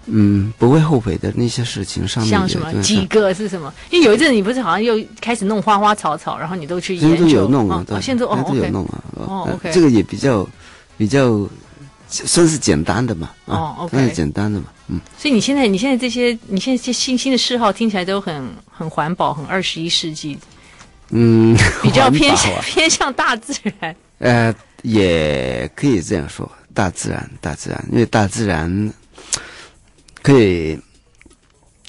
S3: 嗯，不会后悔的那些事情上面。
S2: 像什么
S3: 对
S2: 几个是什么？因为有一阵子你不是好像又开始弄花花草草，然后你都去
S3: 现在
S2: 研
S3: 都
S2: 究。
S3: 有弄啊
S2: 哦，
S3: 对
S2: 哦现在都哦
S3: 现在都有
S2: ，OK，
S3: 弄啊。
S2: 哦
S3: 呃
S2: OK
S3: 这个也比较比较算是简单的嘛。啊
S2: 哦，OK
S3: 算是简单的嘛。嗯，
S2: 所以你现在你现在这些你现在这些新新的嗜好听起来都很很环保，很二十一世纪，
S3: 嗯，
S2: 比较
S3: 环保
S2: 偏向、
S3: 啊。
S2: 偏向大自然。
S3: 呃，也可以这样说，大自然，大自然，因为大自然可以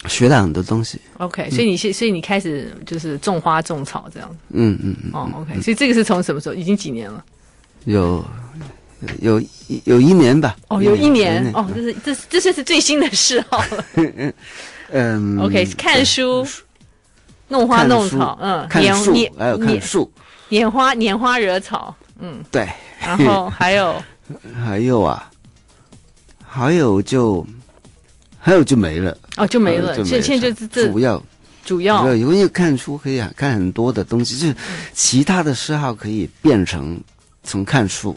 S3: 学到很多东西。
S2: OK，所以你现所以你开始就是种花种草这样。
S3: 嗯嗯嗯。
S2: 哦，OK，所以这个是从什么时候？已经几年了？
S3: 有有一有一年吧。
S2: 哦，有一年
S3: 有
S2: 哦，这是这是这就是最新的嗜好了。
S3: 嗯
S2: OK，看书、弄花
S3: 看
S2: 弄
S3: 书
S2: 草，嗯，
S3: 看
S2: 拈
S3: 树
S2: 拈，
S3: 还有看
S2: 拈
S3: 树，
S2: 拈花拈花惹草，
S3: 对，
S2: 然后还有
S3: 还有啊，还有就还有就没嗯了，
S2: 哦就没
S3: 还
S2: 了
S3: 有，
S2: 现现在就是这
S3: 主要
S2: 主
S3: 主
S2: 要
S3: 要因为看书可以啊看很多的东西，就是其他的嗜好可以变成从看书，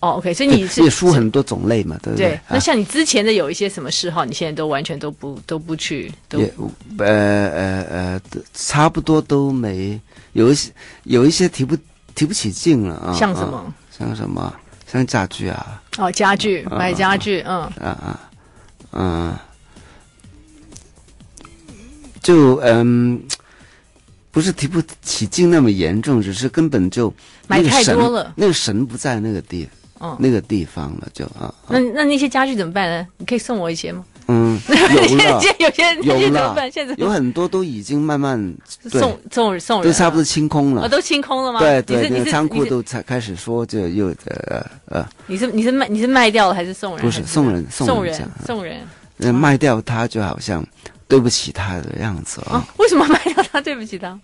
S2: 哦 OK，所以
S3: 对
S2: 你
S3: 因
S2: 是
S3: 为书很多种类嘛，对不
S2: 对。那
S3: 啊
S2: 像你之前的有一些什么嗜好，你现在都完全都不都不去，都
S3: 也呃呃呃，差不多都没有一些有一些提不提不起劲了啊，
S2: 像什
S3: 啊
S2: 么
S3: 像什么，像家具啊，
S2: 哦家具买家具，嗯
S3: 啊啊，嗯，就嗯，不是提不起劲那么严重，只是根本就
S2: 买
S3: 那个
S2: 太
S3: 神
S2: 多了
S3: 那个神不在那个地
S2: 嗯。
S3: 那个地方了，就啊，啊
S2: 那那那些家具怎么办呢？你可以送我一些吗？
S3: 嗯，有
S2: 现
S3: 了
S2: 在有些那些
S3: 有
S2: 怎么
S3: 了
S2: 办？现在，怎
S3: 有
S2: 么
S3: 很多都已经慢慢对
S2: 送送人送人
S3: 都
S2: 啊，
S3: 差不多清空了
S2: 啊，。都清空了吗？
S3: 对
S2: 你是
S3: 对，那
S2: 你
S3: 个
S2: 是
S3: 仓库
S2: 你是
S3: 都才开始说，就又呃呃，
S2: 你是你是卖你是卖掉了还是送人？
S3: 不是
S2: 还
S3: 送人送人
S2: 送
S3: 这
S2: 人
S3: 样啊
S2: 送人
S3: 那卖掉它就好像对不起它的样子啊
S2: 啊。？为什么卖掉他？对不起他。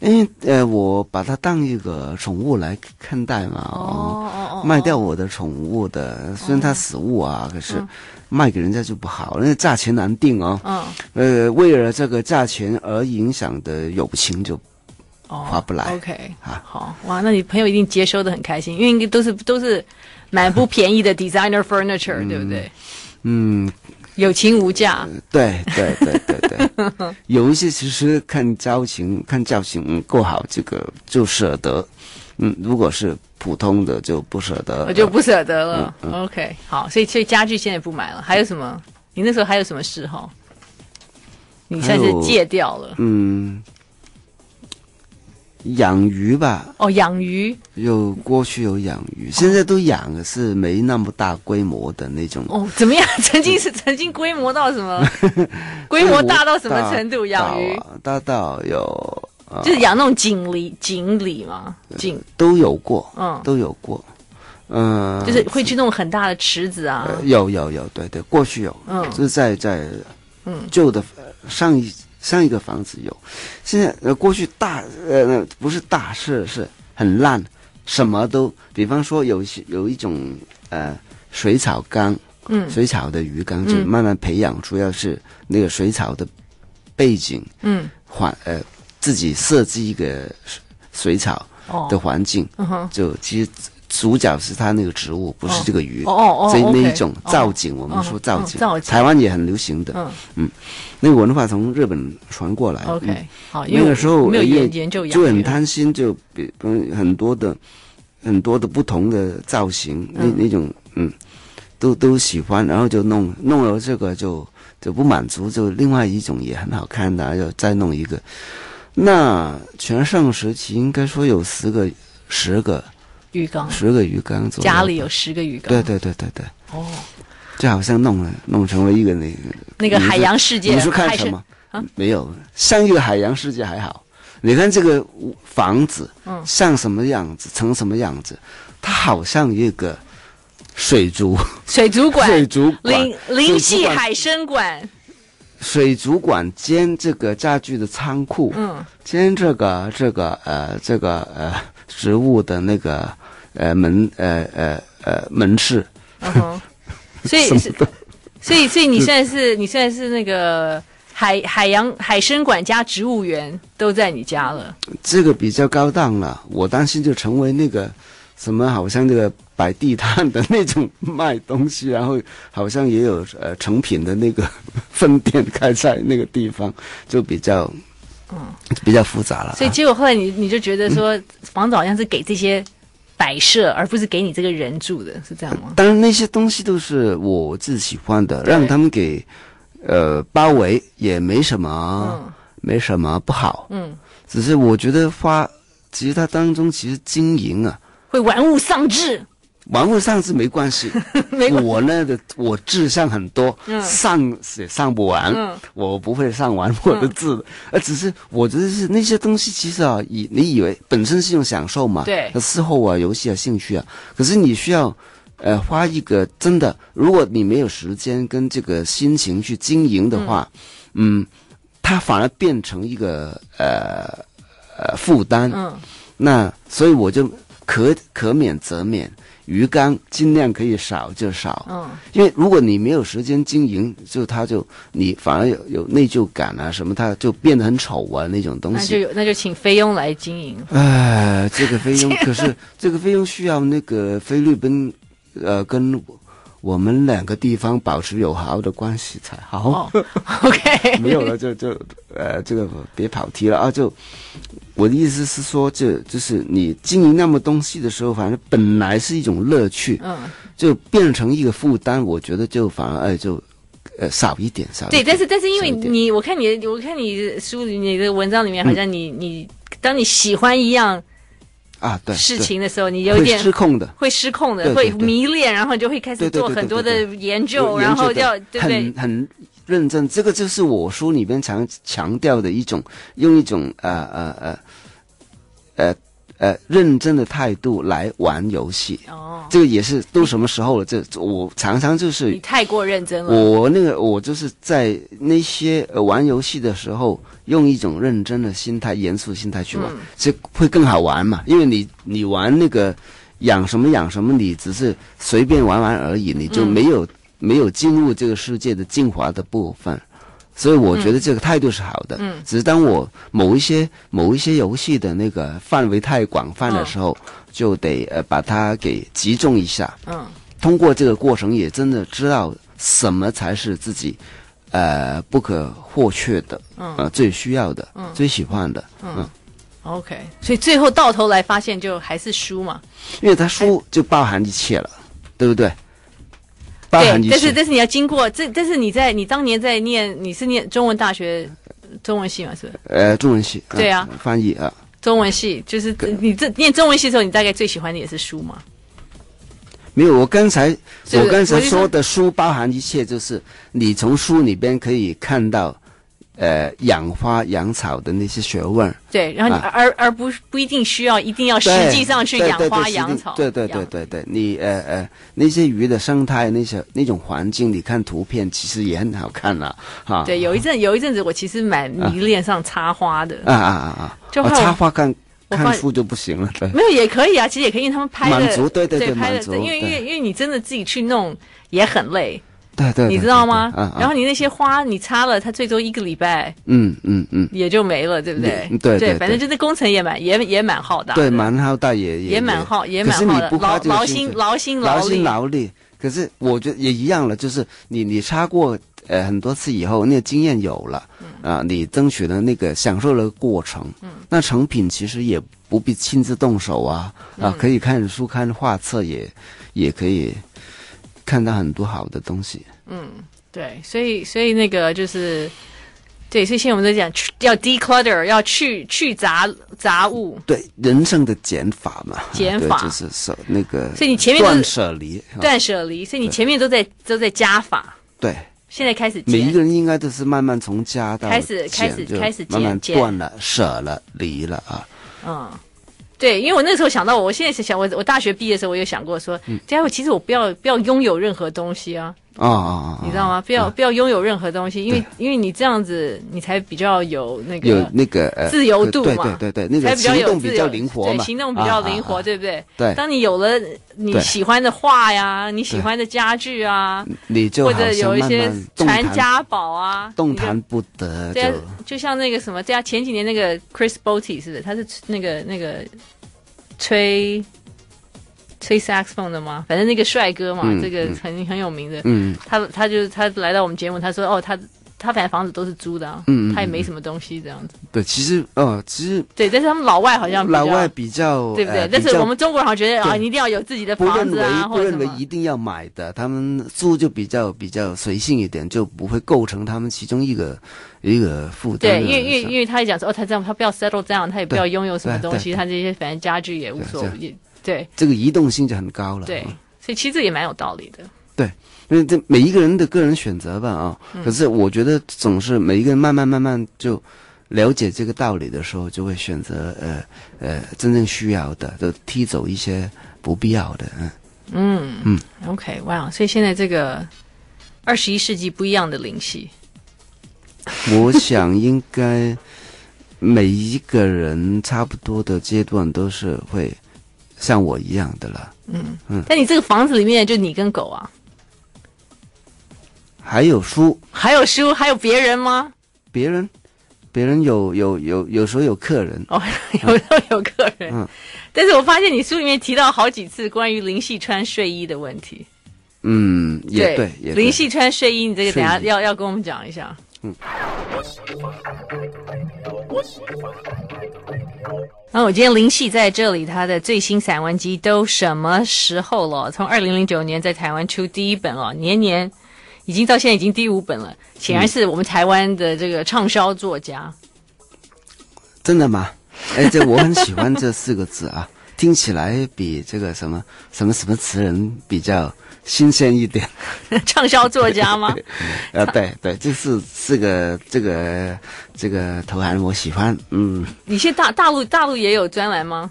S3: 因为呃，我把它当一个宠物来看待嘛，哦，
S2: 哦
S3: 卖掉我的宠物的，虽然它死物啊，可是卖给人家就不好，那价钱难定哦。
S2: 嗯
S3: 呃，为了这个价钱而影响的友情就，
S2: 哦，
S3: 划不来
S2: OK，
S3: 啊
S2: 好哇，那你朋友一定接收的很开心，因为应该都是都是蛮不便宜的 designer furniture，对不对？
S3: 嗯，
S2: 友情无价，
S3: 对对对对对， 有一些其实看交情，看交情嗯够好，这个就舍得，嗯，如果是普通的就不舍得，
S2: 呃我就不舍得了。OK，好，
S3: 嗯
S2: 所以所以家具现在不买了，还有什么？你那时候还有什么嗜好？你算
S3: 还
S2: 是
S3: 有
S2: 戒掉了
S3: 嗯，养鱼吧，
S2: 哦，养鱼
S3: 有过去有养鱼，
S2: 哦
S3: 现在都养的是没那么大规模的那种，
S2: 哦，怎么样？ 曾经 是曾经规模到什么？规模大到什么程度？养鱼
S3: 大啊大到有啊嗯
S2: 就是养那种锦鲤，锦鲤嘛，锦
S3: 都有过，
S2: 嗯
S3: 都有过，嗯，
S2: 就是会去弄很大的池子啊，
S3: 呃有有有，对对，过去有，
S2: 嗯
S3: 就是在在
S2: 嗯
S3: 旧的呃上一上一个房子有，现在呃过去大呃不是大是是很烂，什么都，比方说有一些有一种呃水草缸，
S2: 嗯
S3: 水草的鱼缸就
S2: 嗯
S3: 慢慢培养出要是那个水草的背景
S2: 嗯，
S3: 环呃自己设计一个水水草
S2: 哦
S3: 的，环境，
S2: 嗯哼，
S3: 就其实主角是他那个植物，不是这个鱼。
S2: 哦哦哦，
S3: 所以
S2: OK，
S3: 那一种造景，我们
S2: 嗯
S3: 说
S2: 嗯
S3: 造景，
S2: 造景
S3: 台湾也很流行的。
S2: 嗯
S3: 那个文化从日本传过来。嗯
S2: ，OK，好，因为
S3: 那个时候
S2: 我没有
S3: 呃也
S2: 研研究
S3: 嗯
S2: 养
S3: 就很
S2: 鱼
S3: 贪心，就比嗯很多的很多的不同的造型，那
S2: 嗯
S3: 那种嗯，都都喜欢，然后就弄弄了这个就就不满足，就另外一种也很好看的，就再弄一个。那全盛时期应该说有十个、十个、
S2: 鱼缸，
S3: 十个鱼缸左右吧。
S2: 家里有十个鱼缸，
S3: 对对对对对，
S2: 哦，
S3: 就好像弄了弄成为一个那个
S2: 那个
S3: 你是
S2: 海洋世界，
S3: 你说看
S2: 海
S3: 什
S2: 参
S3: 么
S2: 啊？
S3: 没有，像一个海洋世界还好。你看这个房子，
S2: 嗯
S3: 像什么样子，成什么样子，它好像一个水族
S2: 水族馆，
S3: 水族馆
S2: 灵灵气
S3: 水族馆
S2: 海参馆，
S3: 水族馆兼这个家具的仓库，
S2: 嗯
S3: 兼这个这个呃这个呃植物的那个呃门呃呃呃门市，
S2: 嗯 哼，所以是所以所以你现在是你现在是那个海海洋海参馆加植物园都在你家
S3: 啊
S2: 了，
S3: 这个比较高档了。我担心就成为那个什么，好像那个摆地摊的那种卖东西，然后好像也有呃成品的那个 分店开在那个地方，就比较嗯比较复杂了啊。
S2: 所以结果后来你你就觉得说
S3: 嗯
S2: 房子好像是给这些摆设，而不是给你这个人住的，是这样吗？
S3: 当然那些东西都是我自己喜欢的，
S2: 对
S3: 让他们给呃包围也没什么、
S2: 嗯
S3: 没什么不好，
S2: 嗯，
S3: 只是我觉得花其实它当中其实经营啊。
S2: 会玩物丧志，
S3: 玩物丧志没关系，
S2: 没关
S3: 我呢的我志向很多，
S2: 嗯
S3: 上也上不完，
S2: 嗯
S3: 我不会上完我的字的，呃、只是我觉得是那些东西，其实啊，以你以为本身是一种享受嘛，
S2: 对
S3: 那事后啊，游戏啊，兴趣啊，可是你需要。呃，花一个真的，如果你没有时间跟这个心情去经营的话，嗯它反而变成一个呃呃负担。
S2: 嗯
S3: 那所以我就可可免则免，鱼缸尽量可以少就少，
S2: 嗯
S3: 因为如果你没有时间经营，就它就你反而有有内疚感啊什么，它就变得很丑啊那种东
S2: 那就
S3: 西。
S2: 有那就请菲佣来经营，
S3: 哎，这个费用可是这个费用需要那个菲律宾，呃，跟我我们两个地方保持友好的关系才好。
S2: 哦，OK，
S3: 没有了就就呃，这个别跑题了啊！就我的意思是说，就就是你经营那么东西的时候，反正本来是一种乐趣，
S2: 嗯，
S3: 就变成一个负担，我觉得就反而哎就呃少一点少一
S2: 对，
S3: 点。
S2: 但是但是因为
S3: 嗯少一点
S2: 你，我看你的，我看你的书里、你的文章里面，好像你、
S3: 嗯
S2: 你，当你喜欢一样
S3: 啊，对
S2: 事
S3: 对
S2: 情的时候，你有
S3: 会
S2: 点
S3: 失控的，
S2: 会失控的，
S3: 对对对
S2: 会迷恋，然后你就会开始
S3: 对对
S2: 做
S3: 对
S2: 很
S3: 对
S2: 多的
S3: 对
S2: 研究，
S3: 有
S2: 然后
S3: 研究的
S2: 要对不对
S3: 很？很认真，这个就是我书里边强强调的一种，用一种呃呃呃呃呃认真的态度来玩游戏。
S2: 哦，
S3: 这个也是都什么时候了？这我常常就是
S2: 你太过认真了。
S3: 我那个我就是在那些呃玩游戏的时候，用一种认真的心态、严肃心态去玩
S2: 嗯，
S3: 这、会更好玩嘛。因为你你玩那个养什么养什么，你只是随便玩玩而已，你就
S2: 嗯
S3: 没有、没有进入这个世界的精华的部分。所以我觉得这个态度是好的，
S2: 嗯
S3: 只是当我某一些某一些游戏的那个范围太广泛
S2: 嗯
S3: 的时候，就得呃把它给集中一下，
S2: 嗯，
S3: 通过这个过程，也真的知道什么才是自己，呃，不可或缺的，
S2: 嗯
S3: 呃，最需要的，最喜欢的，嗯，
S2: OK，所以最后到头来发现，就还是输嘛。
S3: 因为它书就包含一切了，对不对？包含
S2: 对，
S3: 一
S2: 但是
S3: 切，
S2: 但是你要经过这，但是你在你当年在念，你是念中文大学中文系嘛？是不是？
S3: 呃，中文系，
S2: 对啊
S3: 呃翻译啊，
S2: 中文系就是你这念中文系的时候，你大概最喜欢的也是书嘛？
S3: 没有，我刚才
S2: 是
S3: 我刚才
S2: 我就说
S3: 说的书包含一切，就是你从书里边可以看到呃养花养草的那些学问，
S2: 对，然后你
S3: 啊
S2: 而而不不一定需要一定要 实
S3: 对
S2: 际上去
S3: 对
S2: 养
S3: 对对
S2: 花
S3: 实际
S2: 养草，
S3: 对对对
S2: 养
S3: 对对，你呃呃那些鱼的生态那些那种环境，你看图片其实也很好看了哈。
S2: 对，有一阵有一阵子我其实蛮
S3: 啊
S2: 迷恋上插花的，
S3: 啊啊啊啊！
S2: 就
S3: 我
S2: 后来
S3: 插花看
S2: 我发
S3: 看书就不行了，对。
S2: 没有也可以啊，其实也可以，因为他们拍的
S3: 满足对对对
S2: 拍
S3: 满
S2: 的，
S3: 足
S2: 对因为因
S3: 对
S2: 为因为你真的自己去弄也很累，
S3: 对对，
S2: 你
S3: 对
S2: 知道
S3: 对
S2: 吗
S3: 对啊？啊
S2: 然后你那些花你插了，它最多一个礼拜
S3: 嗯嗯嗯，
S2: 也就没了，对不对？
S3: 嗯对对对
S2: 反正就是工程也蛮也也蛮浩大的，啊
S3: 对，蛮浩大也
S2: 也蛮浩也蛮
S3: 可是你
S2: 浩的，
S3: 不花
S2: 劳
S3: 这个
S2: 劳
S3: 精
S2: 心
S3: 神
S2: 劳心
S3: 劳
S2: 力
S3: 心，劳力。可是我觉得也一样了，就是你你插过呃很多次以后，那个经验有了
S2: 嗯
S3: 啊、你争取了那个享受了过程，那成品其实也不必亲自动手啊
S2: 嗯
S3: 啊，可以看书看画册也也可以看到很多好的东西。
S2: 对，所以所以那个就是。对，所以现在我们在讲去要 declutter，要去去杂杂物，
S3: 对人生的减法嘛，啊
S2: 减
S3: 对
S2: 法
S3: 就是舍那个，
S2: 所以你前面都是
S3: 断舍离，啊
S2: 断舍离。所以你前面都在都在加法，
S3: 对，
S2: 现在开始
S3: 每
S2: 减
S3: 一个人应该都是慢慢从加到
S2: 开始
S3: 减
S2: 开始
S3: 就
S2: 开始
S3: 慢慢
S2: 减
S3: 断了、舍了、离了啊。
S2: 嗯，对，因为我那时候想到我，我现在是想我我大学毕业的时候，我有想过说，
S3: 嗯
S2: 对啊，我其实我不要不要拥有任何东西啊，
S3: 哦哦哦，
S2: 你知道
S3: 吗？
S2: 吗？不要、不要拥有任何东西，因为因为你这样子，你才比较有那个
S3: 有那个呃
S2: 自由度嘛
S3: 对对对对，那
S2: 才
S3: 个
S2: 比较
S3: 行
S2: 有
S3: 动
S2: 自由
S3: 比较灵活
S2: 对，
S3: 嘛，
S2: 行动比较
S3: 啊
S2: 灵活，
S3: 啊啊
S2: 对不对？
S3: 对
S2: 当你有了你
S3: 对
S2: 喜欢的画呀，你喜欢的家具啊，
S3: 你就
S2: 或
S3: 好
S2: 者
S3: 像
S2: 有一
S3: 慢
S2: 些
S3: 慢动
S2: 传
S3: 弹
S2: 家宝啊，
S3: 动
S2: 你就
S3: 弹不得，就
S2: 对啊，就像那个什么，对啊，前几年那个 Chris Botti 是不是？他是那个那个吹吹 saxophone 的吗？反正那个帅哥嘛，
S3: 嗯
S2: 这个
S3: 嗯
S2: 很很有名的。
S3: 嗯
S2: 他他就是他来到我们节目，他说哦，他他反正房子都是租的、啊，
S3: 嗯嗯
S2: 他也没什么东西这样子。
S3: 对，其实哦，其实
S2: 对，但是他们老外好像比较
S3: 老外比较
S2: 对不对？
S3: 呃
S2: 但
S3: 比
S2: 是
S3: 较
S2: 我们中国人好像觉得啊，
S3: 对
S2: 你一定要有自己的
S3: 不
S2: 房
S3: 认
S2: 子
S3: 为
S2: 啊，
S3: 不
S2: 或者
S3: 认
S2: 什
S3: 为
S2: 么
S3: 一。定要买的，他们住就比较比较随性一点，就不会构成他们其中一个一个负担
S2: 对，
S3: 的
S2: 因
S3: 事。
S2: 为因为因为他也讲说，哦，他这样，他不要 settle down，他也不
S3: 对
S2: 要拥有什么
S3: 对
S2: 东西，
S3: 对
S2: 他这些反正家具也无
S3: 对
S2: 所
S3: 这
S2: 谓
S3: 样，嗯
S2: 也对
S3: 这个移动性就很高了。
S2: 对，所以其实这也蛮有道理的。
S3: 对，因为这每一个人的个人选择吧啊。可是我觉得总是每一个人慢慢慢慢就了解这个道理的时候，就会选择呃呃真正需要的，就踢走一些不必要的。嗯，
S2: OK，哇、所以现在这个二十一世纪不一样的灵系，
S3: 我想应该每一个人差不多的阶段都是会像我一样的了。嗯
S2: 但你这个房子里面就你跟狗啊，
S3: 还有书，
S2: 还有书，还有别人吗？
S3: 别人，别人有有有有时候有客人，
S2: 哦， 有时候有客人，
S3: 嗯
S2: 但是我发现你书里面提到好几次关于灵系穿睡衣的问题。
S3: 嗯，也对，也对嗯
S2: 灵系穿睡衣，你这个等下
S3: 睡衣
S2: 要要跟我们讲一下。那、我今天灵系在这里，他的最新散文集都什么时候了？从二零零九年在台湾出第一本哦，年年已经到现在已经第五本了，显
S3: 嗯
S2: 然是我们台湾的这个畅销作家。
S3: 真的吗？哎，这我很喜欢这四个字啊， 听起来比这个什么什么什么词人比较新鲜一点。
S2: 畅销作家吗？
S3: 呃，对对，这是四个这个这个头衔我喜欢。嗯，
S2: 你现在大大陆大陆也有专栏吗？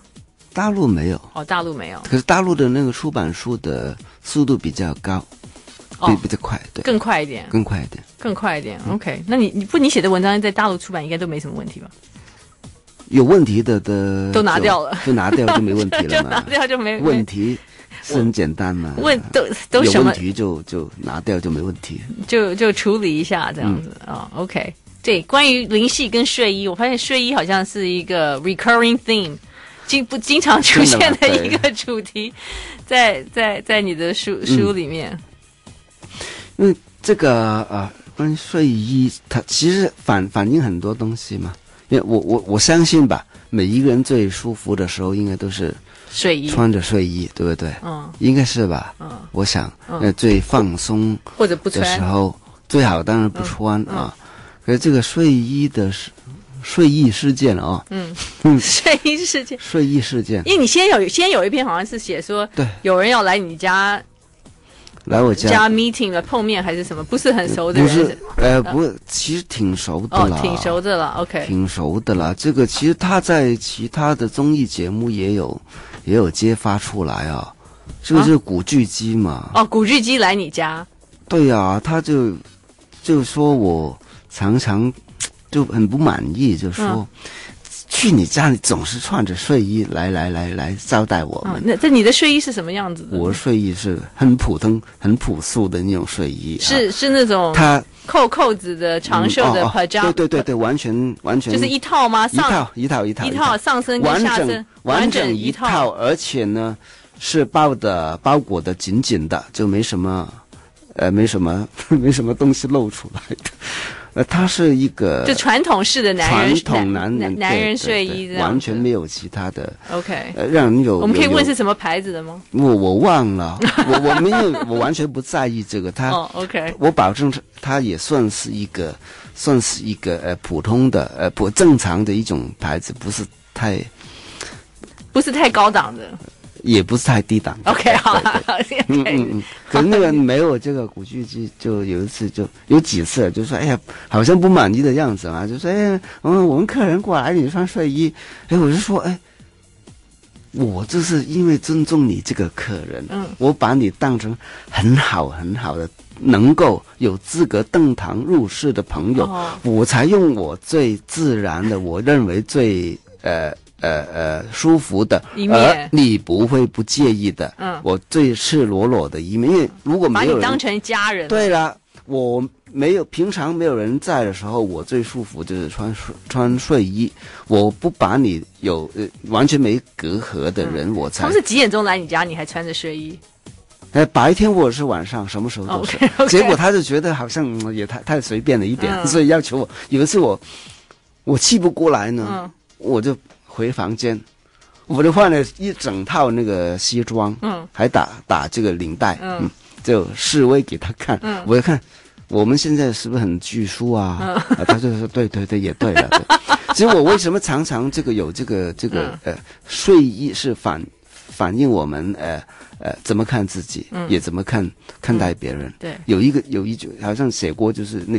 S3: 大陆没有，
S2: 哦，大陆没有，
S3: 可是大陆的那个出版书的速度比较高，比
S2: 哦
S3: 比较快，对，
S2: 更快一点。
S3: 更快一点。
S2: 更快一点。OK，那你你不你写的文章在大陆出版应该都没什么问题吧？
S3: 有问题的的
S2: 都拿
S3: 就
S2: 掉了
S3: 就拿掉就没问题
S2: 就
S3: 了
S2: 拿
S3: 嘛。
S2: 掉就没
S3: 问题是很简单嘛，
S2: 问都都
S3: 有
S2: 什么
S3: 问题就就拿掉就没问题。
S2: 就就处理一下这样子
S3: 嗯
S2: 啊、哦 OK，对，关于灵系跟睡衣，我发现睡衣好像是一个 recurring theme。经不经常出现的
S3: 真的吗
S2: 一个主题，在在在你的
S3: 嗯
S2: 书书里面，
S3: 因为这个呃，关于睡衣，它其实反反映很多东西嘛。因为我我我相信吧，每一个人最舒服的时候，应该都是
S2: 睡衣，
S3: 穿着睡衣，对不对？
S2: 嗯
S3: 应该是吧？
S2: 嗯，
S3: 我想，那最放松
S2: 或者不
S3: 的时
S2: 穿，嗯
S3: 候，最好当然不穿啊。可是这个睡衣的事睡衣事件啊，
S2: 嗯睡衣事件。
S3: 睡衣事件，
S2: 因为你先有先有一篇好像是写说，
S3: 对
S2: 有人要来你家
S3: 来我家
S2: 加 meeting 了，碰面还是什么，不是很熟的
S3: 不
S2: 人，
S3: 是，呃，不，其实挺熟的
S2: 哦
S3: 啦，，
S2: 挺熟的了，OK，
S3: 挺熟的啦。这个其实他在其他的综艺节目也有也有揭发出来啊，这个
S2: 啊
S3: 就是古巨基嘛。
S2: 哦，古巨基来你家，
S3: 对呀、他就就说我常常就很不满意，就说、
S2: 嗯
S3: 去你家里总是穿着睡衣来来来来招待我
S2: 嗯
S3: 们。，
S2: 那这你的睡衣是什么样子的？
S3: 哦我的睡衣是很普通、很朴素的那种睡衣、啊，
S2: 是是那种
S3: 他
S2: 扣扣子的长袖的
S3: 嗯哦哦
S2: pajama，、
S3: 对对对对，完全完全
S2: 就是一套吗？
S3: 一
S2: 上
S3: 套一套一套
S2: 一套上身跟
S3: 完
S2: 下
S3: 整
S2: 身整
S3: 一
S2: 套，
S3: 而且呢是包的包裹的紧紧的，就没什么呃没什么 没什么东西露出来的。呃，它是一个
S2: 就传统式的男
S3: 传
S2: 人
S3: 统男人
S2: 男男
S3: 对
S2: 人
S3: 对
S2: 睡
S3: 对
S2: 衣这样子，
S3: 完全没有其他的，
S2: OK。
S3: 呃，让人有
S2: 我们可以
S3: 有
S2: 问
S3: 有
S2: 是什么牌子的吗？
S3: 我我忘 了，我我没有我完全不在意这个，它
S2: 哦，OK，
S3: 我保证它它也算是一个，算是一个呃普通的呃不正常的一种牌子，不是太
S2: 不是太高档的。
S3: 也不是太低档。
S2: OK，好
S3: 对对
S2: 了，好谢
S3: 嗯
S2: 谢。
S3: 嗯嗯，可能那个没有这个古巨基，就有一次就有几次就说，哎呀，好像不满意的样子嘛，就说，哎，嗯，我们客人过来，你穿睡衣，哎，我就说，哎，我就是因为尊重你这个客人，
S2: 嗯
S3: 我把你当成很好很好的，能够有资格登堂入室的朋友，
S2: 哦
S3: 我才用我最自然的，我认为最呃。呃呃，舒服的，
S2: 一面
S3: 而你不会不介意的。
S2: 嗯
S3: 我最赤裸裸的一面，因为如果
S2: 把
S3: 没
S2: 你
S3: 有人
S2: 当成家人。
S3: 对了，我没有平常没有人在的时候，我最舒服就是穿睡穿睡衣，我不把你有呃完全没隔阂的人，我
S2: 他
S3: 才
S2: 们是几点钟来你家，你还穿着睡衣？
S3: 哎白天或者是晚上什么时
S2: 哦
S3: 候都是。
S2: OK，OK
S3: 结果他就觉得好像、嗯也太太随便了一点，
S2: 嗯
S3: 所以要求我有一次我我气不过来呢，
S2: 嗯
S3: 我就回房间。我就换了一整套那个西装，
S2: 嗯
S3: 还打打这个领带，
S2: 嗯，
S3: 就示威给他看，
S2: 嗯
S3: 我就看我们现在是不是很拘束啊？啊他就说对对对，也对了。对其实我为什么常常这个有这个这个、呃睡衣是反反映我们呃呃怎么看自己，也怎么看看待别人。
S2: 对
S3: 有一个有一句好像写过，就是那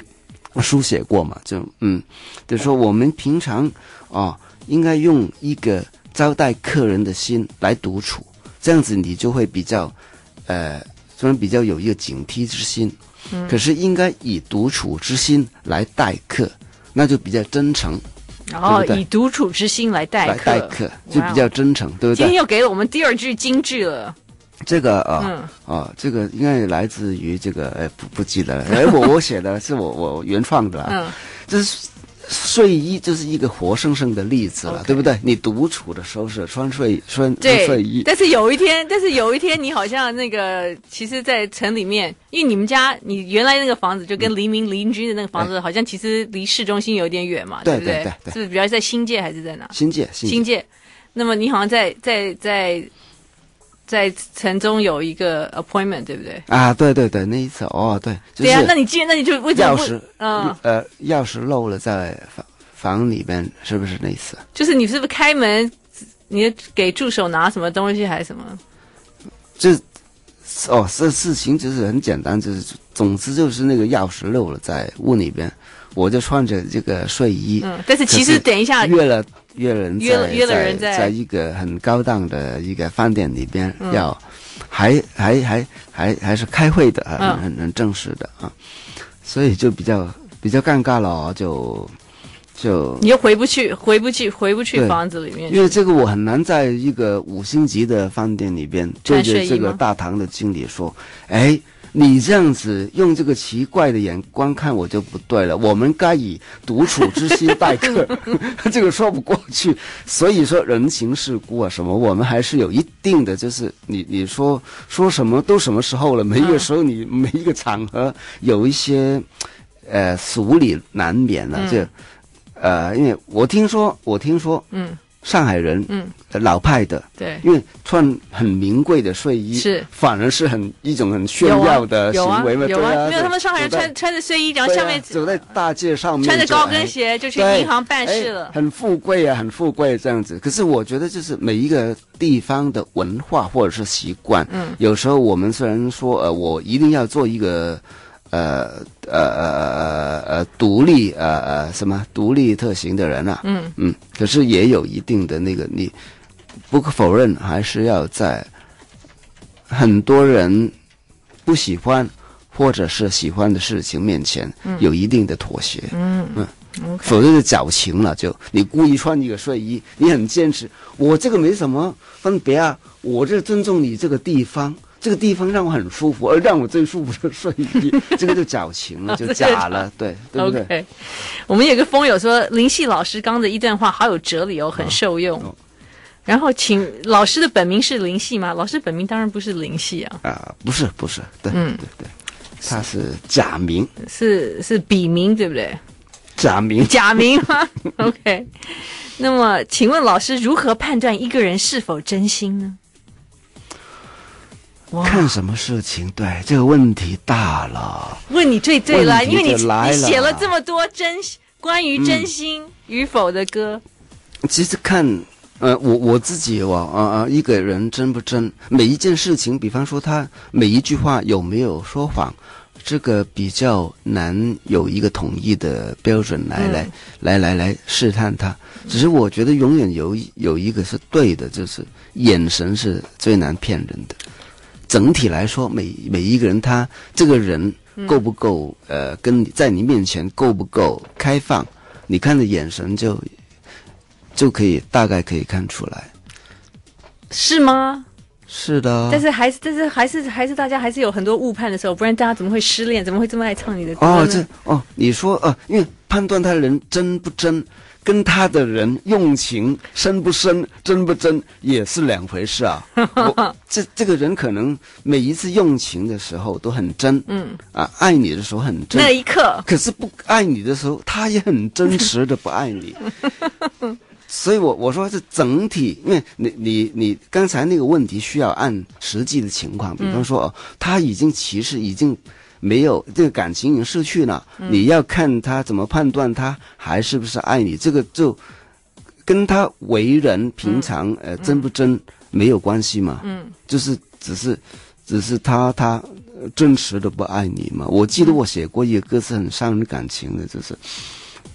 S3: 书写过嘛，就嗯，就说我们平常哦，应该用一个招待客人的心来独处，这样子你就会比较呃，虽然比较有一个警惕之心，可是应该以独处之心来待客，那就比较真诚
S2: 然后
S3: 对不对
S2: 以独处之心来待
S3: 来
S2: 客。
S3: 待客，就
S2: 哇哦
S3: 比较真诚，对不
S2: 今天
S3: 对？
S2: 又给了我们第二句金句了。
S3: 这个啊。
S2: 嗯，
S3: 哦，这个应该也来自于这个，哎，不不记得了， 哎，我我写的是我我原创的、啊，
S2: 嗯，
S3: 就是睡衣就是一个活生生的例子了
S2: OK
S3: 对不对？你独处的时候是穿睡穿穿
S2: 对
S3: 睡衣，，
S2: 但是有一天，但是有一天，你好像那个，其实，在城里面，因为你们家你原来那个房子就
S3: 嗯
S2: 跟黎明邻居的那个房子，好像其实离市中心有点远嘛，
S3: 对
S2: 不对？
S3: 对对对
S2: 是不是比较在新界还是在哪？
S3: 新界新界
S2: 新界。那么你好像在在在在城中有一个 appointment，对不对？
S3: 啊，对对对，那一次哦，对，就
S2: 对呀、那
S3: 是
S2: 你既然那你就为什么
S3: 钥
S2: 不
S3: 匙，
S2: 嗯，
S3: 呃，钥匙漏了在房房里边，是不是那一次？
S2: 就是你是不是开门，你给助手拿什么东西还是什么？
S3: 这哦，这事情就是很简单，就是总之就是那个钥匙漏了在屋里边，我就穿着这个睡衣，
S2: 嗯，但是其
S3: 可
S2: 实
S3: 是
S2: 等一下，
S3: 约了约人在
S2: 约了约了人
S3: 在
S2: 在嗯
S3: 一个很高档的一个饭店里边要，还还还还还是开会的，很
S2: 嗯
S3: 很很正式的啊，所以就比较比较尴尬了哦，就就
S2: 你又回不去，回不去，回不去
S3: 对
S2: 房子里面去。
S3: 因为这个我很难在一个五星级的饭店里边
S2: 穿
S3: 对着
S2: 睡衣
S3: 这个
S2: 吗
S3: 大堂的经理说，哎。你这样子用这个奇怪的眼光看我就不对了，我们该以独处之心 待客， 这个说不过去。所以说人情世故啊什么，我们还是有一定的，就是你你说说什么都什么时候了，每一个时候你、每一个场合有一些啊呃俗理难免了、这呃，因为我听说我听说
S2: 嗯，
S3: 上海人，
S2: 嗯，
S3: 老派的，
S2: 对，
S3: 因为穿很名贵的睡衣
S2: 是
S3: 反而是很一种很炫
S2: 有啊
S3: 耀的
S2: 有啊
S3: 行为嘛，
S2: 有
S3: 对
S2: 啊，没有他们上海人
S3: 走在
S2: 穿穿着睡衣，然后下面
S3: 对啊走在大街上面，
S2: 穿着高跟
S3: 就哎
S2: 鞋就去
S3: 对
S2: 银行办
S3: 哎
S2: 事
S3: 哎
S2: 了。
S3: 很富贵啊，很富贵这样子。可是我觉得，就是每一个地方的文化或者是习惯，
S2: 嗯，
S3: 有时候我们虽然说，呃，我一定要做一个，呃呃呃呃呃独立呃呃什么独立特行的人啊，
S2: 嗯
S3: 嗯，可是也有一定的那个，你不可否认，还是要在很多人不喜欢或者是喜欢的事情面前，
S2: 嗯
S3: 有一定的妥协。嗯否则就矫情了。就你故意穿一个睡衣，你很坚持，我这个没什么分别啊，我这尊重你这个地方，这个地方让我很舒服，而让我最舒服的睡衣， 这个就矫情了，就假了，对对不对？
S2: OK，我们有个风友说林夕老师刚的一段话好有哲理哦，很受用。
S3: 哦
S2: 然后请老师的本名是林夕吗？老师本名当然不是林夕啊，
S3: 啊，不是不是，对、
S2: 嗯
S3: 对对，他是假名，
S2: 是是笔名对不对？
S3: 假 名。
S2: 假名吗？OK。那么，请问老师如何判断一个人是否真心呢？哇，
S3: 看什么事情？对这个问题大了，
S2: 问你最对了，
S3: 问题
S2: 因为你
S3: 就来了
S2: 你写了这么多真关于真心与否的歌，
S3: 其实看，呃，我我自己哇，啊、啊、一个人真不真，每一件事情，比方说他每一句话有没有说谎，这个比较难有一个统一的标准来来、来来来试探他。只是我觉得永远有一有一个是对的，就是眼神是最难骗人的。整体来说，每每一个人他这个人够不够、呃，跟你在你面前够不够开放，你看的眼神就就可以大概可以看出来。
S2: 是吗？
S3: 是的，
S2: 但是还是，但是还是还是大家还是有很多误判的时候，不然大家怎么会失恋？怎么会这么爱唱你的歌呢？
S3: 哦，这哦，你说呃，因为判断他的人真不真，跟他的人用情深不深、真不真也是两回事啊。 我这这个人可能每一次用情的时候都很真，嗯啊，爱你的时候很真
S2: 那，一刻，
S3: 可是不爱你的时候，他也很真实的不爱你。所以我，我说是整体，因为你你你刚才那个问题需要按实际的情况，比方说，哦，他已经其实已经没有这个感情已经失去了，你要看他怎么判断他还是不是爱你，这个就跟他为人平常、呃真不真没有关系嘛，嗯，就是只是只是他他呃真实的不爱你嘛。我记得我写过一个歌是很伤人感情的，就是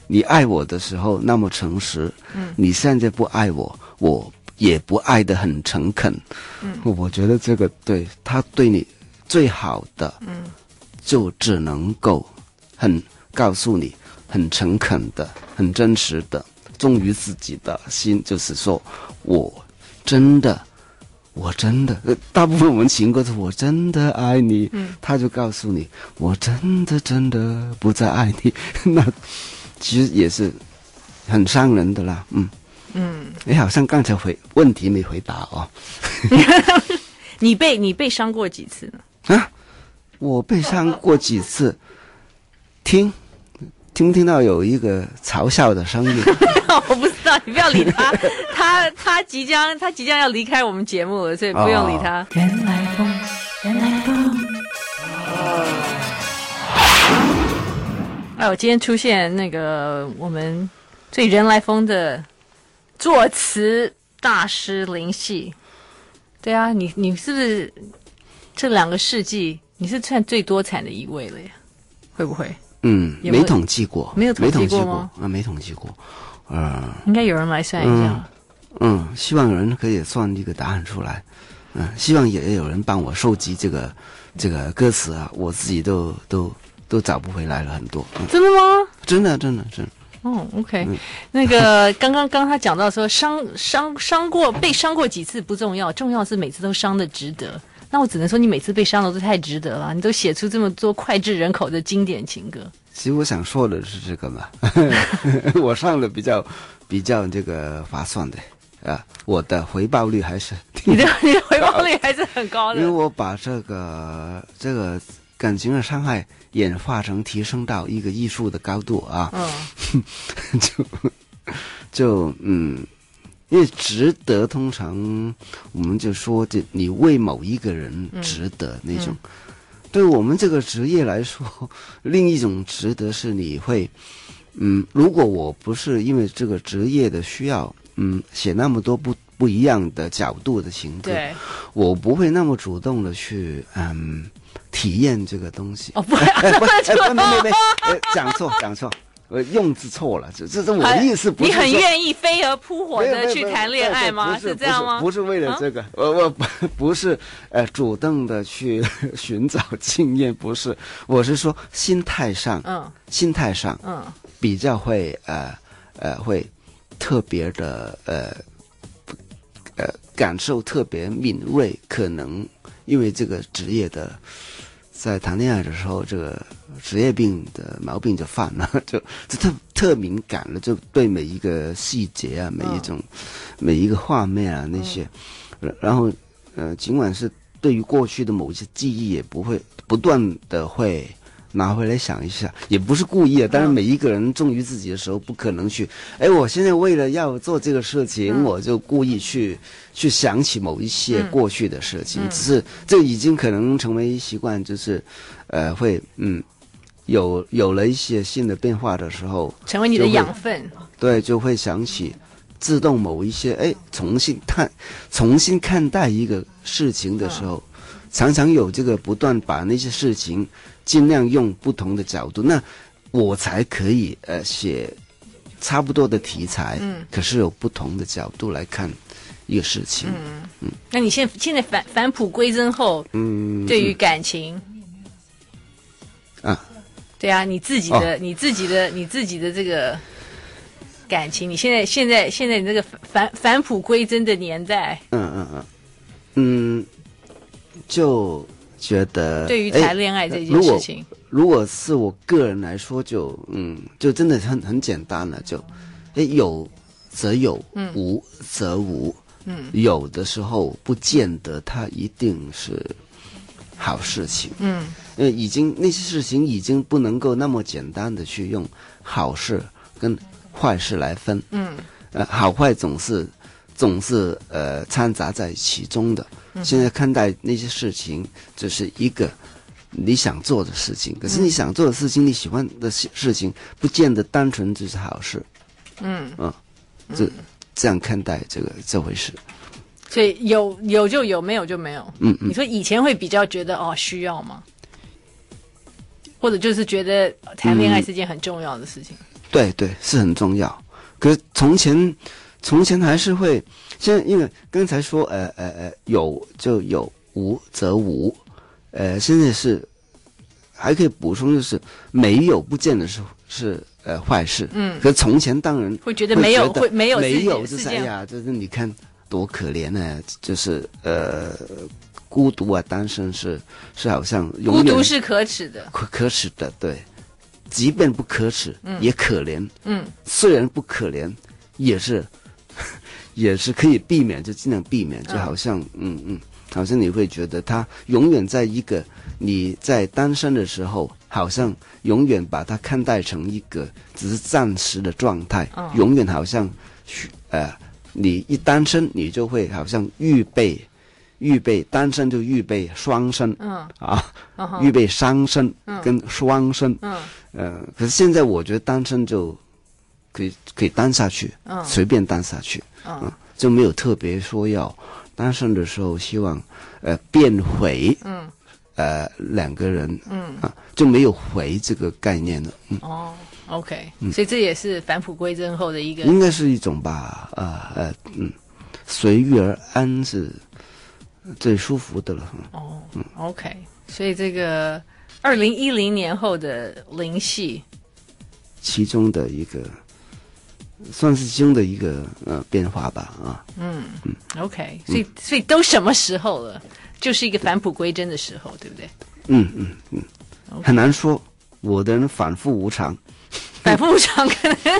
S3: 你爱我的时候那么诚实，嗯，你现在不爱我，我也不爱的很诚恳，嗯，我觉得这个对他对你最好的，嗯，就只能够很告诉你很诚恳的、很真实的，忠于自己的心，就是说我真的。我真的，呃，大部分我们情歌是我真的爱你，
S2: 嗯
S3: 他就告诉你我真的真的不再爱你， 那其实也是很伤人的啦，嗯嗯，你好像刚才回问题没回答哦，
S2: 你被你被伤过几次呢？
S3: 啊，我被伤过几次，听听听到有一个嘲笑的 声音，
S2: 我不知道，你不要理 他，他他即将他即将要离开我们节目了，所以不用理他。
S1: 人来疯，人来疯。
S2: 哎，我今天出现那个我们最人来疯的作词大师林夕，对啊，你你是不是这两个世纪你是算最多产的一位了呀？会不会？
S3: 嗯，
S2: 有没
S3: 没
S2: 有
S3: 统计过，
S2: 没有统
S3: 没
S2: 计
S3: 统
S2: 过
S3: 计
S2: 吗
S3: 过啊，没统计过，呃，
S2: 应该有人来算一下。
S3: 嗯，希望有人可以算一个答案出来。嗯，希望也有人帮我收集这个这个歌词啊，我自己都都都找不回来了很多。嗯，
S2: 真的吗？
S3: 真的真的真的，
S2: 哦，OK，、那个 刚刚刚他讲到说伤伤伤过被伤过几次不重要，重要是每次都伤的值得。那我只能说你每次被伤的都太值得了，你都写出这么多脍炙人口的经典情歌。
S3: 其实我想说的是这个嘛， 我上了比较比较这个划算的啊，我的回报率还是挺
S2: 你的你的回报率还是很高
S3: 因为
S2: 的。
S3: 我把这个这个感情的伤害演化成提升到一个艺术的高度啊，
S2: 嗯，
S3: 就就嗯，因为值得，通常我们就说，这你为某一个人
S2: 嗯
S3: 值得那种。对我们这个职业来说，另一种值得是你会，嗯，如果我不是因为这个职业的需要，嗯，写那么多不不一样的角度的情歌，
S2: 对，
S3: 我不会那么主动的去，嗯，体验这个东西。
S2: 哦，不会啊，
S3: 哎，不， 哎，不，没没没，哎，讲错，讲错，我用字错了，这这这我的意思不是
S2: 你
S3: 说
S2: 很愿意飞蛾扑火
S3: 没有
S2: 的去谈恋爱吗？
S3: 是
S2: 这样吗？啊
S3: 不是为了这个，我我 不不是呃主动的去 寻找经验，不是，我是说心态上，
S2: 嗯
S3: 心态上
S2: 嗯
S3: 比较会呃呃会特别的呃呃感受特别敏锐，可能因为这个职业的。在谈恋爱的时候，这个职业病的毛病就犯了， 就就特特敏感了，就对每一个细节啊，每一种、每一个画面啊那些，呃然后呃，尽管是对于过去的某一些记忆，也不会不断的会拿回来想一下，也不是故意啊。当然，每一个人忠于自己的时候，不可能去，哎，我现在为了要做这个事情，我就故意去去想起某一些过去的事情，只是这已经可能成为习惯，就是呃，会嗯。有有了一些新的变化的时候，
S2: 成为你的
S3: 就会
S2: 养分。
S3: 对，就会想起自动某一些哎，重新看重新看待一个事情的时候，常常有这个不断把那些事情尽量用不同的角度，那我才可以呃写差不多的题材，
S2: 嗯
S3: 可是有不同的角度来看一个事情，
S2: 那你现现在返返璞归真后，
S3: 嗯，
S2: 对于感情，
S3: 啊，哦
S2: 对啊，你自己的、你自己的、你自己的这个感情，你现在现在现在你这个返返返璞归真的年代，
S3: 嗯嗯嗯嗯，就觉得
S2: 对于
S3: 哎
S2: 谈恋爱这件
S3: 如果
S2: 事情，
S3: 如果是我个人来说就，嗯，就真的很很简单了，就，哎，有则有，无则无，嗯，有的时候不见得它一定是好事情，
S2: 嗯，
S3: 因为已经那些事情已经不能够那么简单的去用好事跟坏事来分，
S2: 嗯，
S3: 呃，好坏总是总是呃掺杂在其中的。
S2: 嗯
S3: 现在看待那些事情，就是一个你想做的事情，可是你想做的事情，你喜欢的事事情，不见得单纯就是好事。
S2: 嗯
S3: 嗯，这这样看待这个这回事。
S2: 所以有有就有，没有就没有。
S3: 嗯嗯
S2: 你说以前会比较觉得哦需要吗？或者就是觉得呃谈恋爱是件很重要的事情，
S3: 对对，是很重要。可是从前，从前还是会，现在因为刚才说，呃呃呃，有就有，无则无，呃，现在是还可以补充，就是没有不见得是是呃坏事。
S2: 嗯
S3: 可是从前当然
S2: 会觉得没有
S3: 觉得
S2: 会没有
S3: 没有
S2: 是件
S3: 就是
S2: 是
S3: 哎
S2: 件
S3: 呀，就是你看多可怜呢、就是呃孤独啊，单身是是好像永
S2: 孤
S3: 远
S2: 独是可耻的。
S3: 可可耻的，对，即便不可耻、也可怜。
S2: 嗯，
S3: 虽然不可怜，也是 也是可以避免，就尽量避免。就好像，嗯嗯，好像你会觉得他永远在一个你在单身的时候，好像永远把它看待成一个只是暂时的状态，
S2: 嗯
S3: 永远好像需呃，你一单身，你就会好像预备。预备单身就预备双身，
S2: 嗯
S3: 啊，
S2: 嗯哼
S3: 预备三身跟双身，
S2: 嗯
S3: 呃，可是现在我觉得单身就可以可以单下去，
S2: 嗯
S3: 随便单下去，啊
S2: 嗯
S3: 就没有特别说要单身的时候希望呃变回
S2: 嗯
S3: 呃两个人
S2: 嗯
S3: 啊，就没有回这个概念了，嗯
S2: 哦，OK，所以这也是返璞归真后的一个
S3: 应该是一种吧，呃呃嗯，随遇而安是最舒服的了，嗯
S2: 哦，OK，所以这个二零一零年后的灵系，
S3: 其中的一个。算是其中的一个呃变化吧啊，
S2: 嗯 o k 所以所以都什么时候了？就是一个返璞归真的时候，对不对？
S3: 嗯嗯嗯，很难说。我的人反复无常，
S2: 反复无常，可
S3: 嗯
S2: 能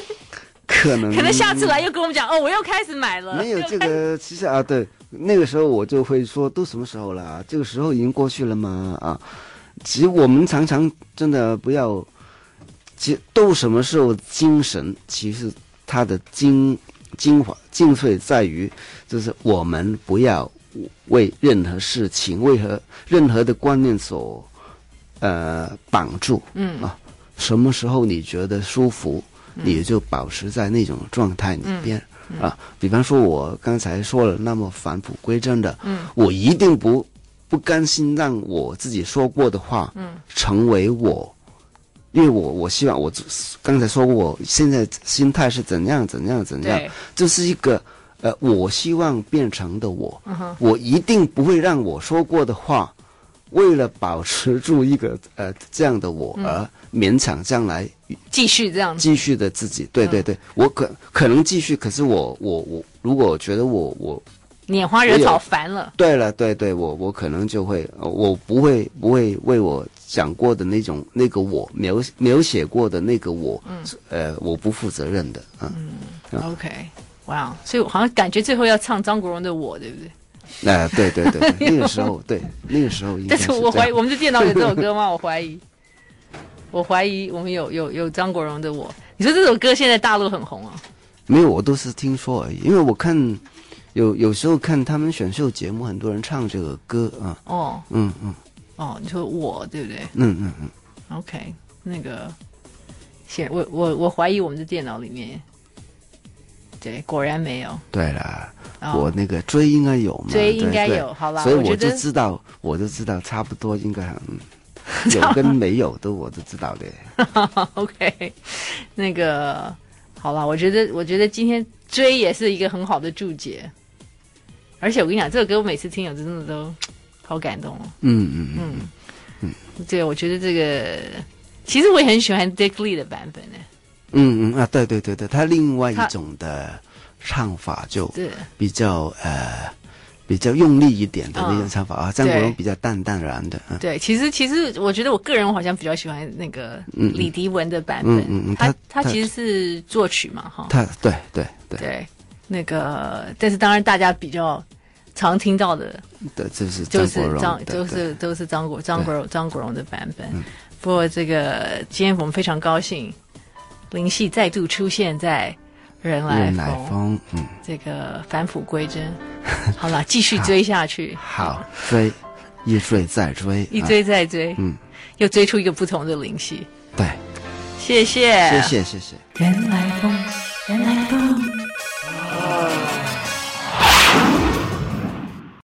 S3: 可能
S2: 可能下次来又跟我们讲哦，我又开始买了，
S3: 没有
S2: 又
S3: 这
S2: 开始
S3: 个。其实啊，对，那个时候我就会说，都什么时候了啊？这个时候已经过去了嘛啊。其实我们常常真的不要，其实都什么时候精神，其实它的精精华精髓在于，就是我们不要为任何事情、为何任何的观念所呃绑住。
S2: 嗯
S3: 啊，什么时候你觉得舒服，你就保持在那种状态里边。啊，比方说，我刚才说了那么返璞归真的，
S2: 嗯
S3: 我一定不不甘心让我自己说过的话，
S2: 嗯
S3: 成为我，因为我我希望我刚才说过，我现在心态是怎样怎样怎样，
S2: 对，
S3: 这是一个呃，我希望变成的我，
S2: 嗯哼，
S3: 我一定不会让我说过的话，为了保持住一个呃这样的
S2: 嗯
S3: 我而勉强将来
S2: 继续这样子，
S3: 继续的
S2: 嗯
S3: 自己。对对对，我可可能继续，可是我我我如果我觉得我我
S2: 拈花惹草烦了，
S3: 对了，对对，我我可能就会，呃我不会不会为我讲过的那种那个我描描写过的那个我，
S2: 嗯
S3: 呃，我不负责任的啊。有
S2: OK，哇、所以我好像感觉最后要唱张国荣的《我》，对不 对？
S3: 那、啊对对对， 对那个时候对那个时候应该
S2: 但是
S3: 是
S2: 我
S3: 这样
S2: 怀疑我们的电脑有这首歌吗？我怀疑，我怀疑我们有有有张国荣的《我》。你说这首歌现在大陆很红啊？
S3: 没有，我都是听说而已，因为我看有有时候看他们选秀节目，很多人唱这个歌啊，
S2: 哦
S3: 嗯嗯
S2: 哦，你说我对不对
S3: 嗯嗯嗯，
S2: ？OK，那个，显我我我怀疑我们的电脑里面，对，果然没有。
S3: 对了，
S2: 哦、
S3: 我那个追应该有嘛，
S2: 追应该
S3: 对对
S2: 有好吧
S3: 所以
S2: 我觉
S3: 我就
S2: 得
S3: 知道，我就知道差不多应该 嗯，有跟没有都我都知道的。
S2: OK，那个好啦，我觉得我觉得今天追也是一个很好的注解，而且我跟你讲，这首歌我每次听，我真的都好感动哦。
S3: 嗯嗯嗯，
S2: 嗯，对，我觉得这个其实我也很喜欢 Dick Lee 的版本呢。
S3: 嗯嗯啊，对对对对，他另外一
S2: 他
S3: 种的唱法就
S2: 对，
S3: 比较呃比较用力一点的那种
S2: 嗯
S3: 唱法啊，张国荣
S2: 对
S3: 比较淡淡然的啊，
S2: 对，其实其实我觉得我个人我好像比较喜欢那个
S3: 嗯嗯
S2: 李迪文的版本，
S3: 嗯嗯嗯
S2: 他
S3: 他
S2: 他其实是作曲嘛，哈，
S3: 他对对对
S2: 对，那个但是当然大家比较常听到的
S3: 对，就是
S2: 就
S3: 张
S2: 是
S3: 国荣，
S2: 张，
S3: 对
S2: 就
S3: 对嗯
S2: 是都是张国张国荣张国荣的版本。不过这个今天我们非常高兴，林夕再度出现在人来
S3: 任
S2: 疯，
S3: 来风，嗯，
S2: 这个返璞归 真。好了，继续追下去，
S3: 好追，一追再
S2: 嗯
S3: 追，
S2: 一
S3: 啊，
S2: 追再追，
S3: 嗯，
S2: 又追出一个不同的林夕。
S3: 对，
S2: 谢谢，
S3: 谢谢谢谢。
S1: 原来风，原来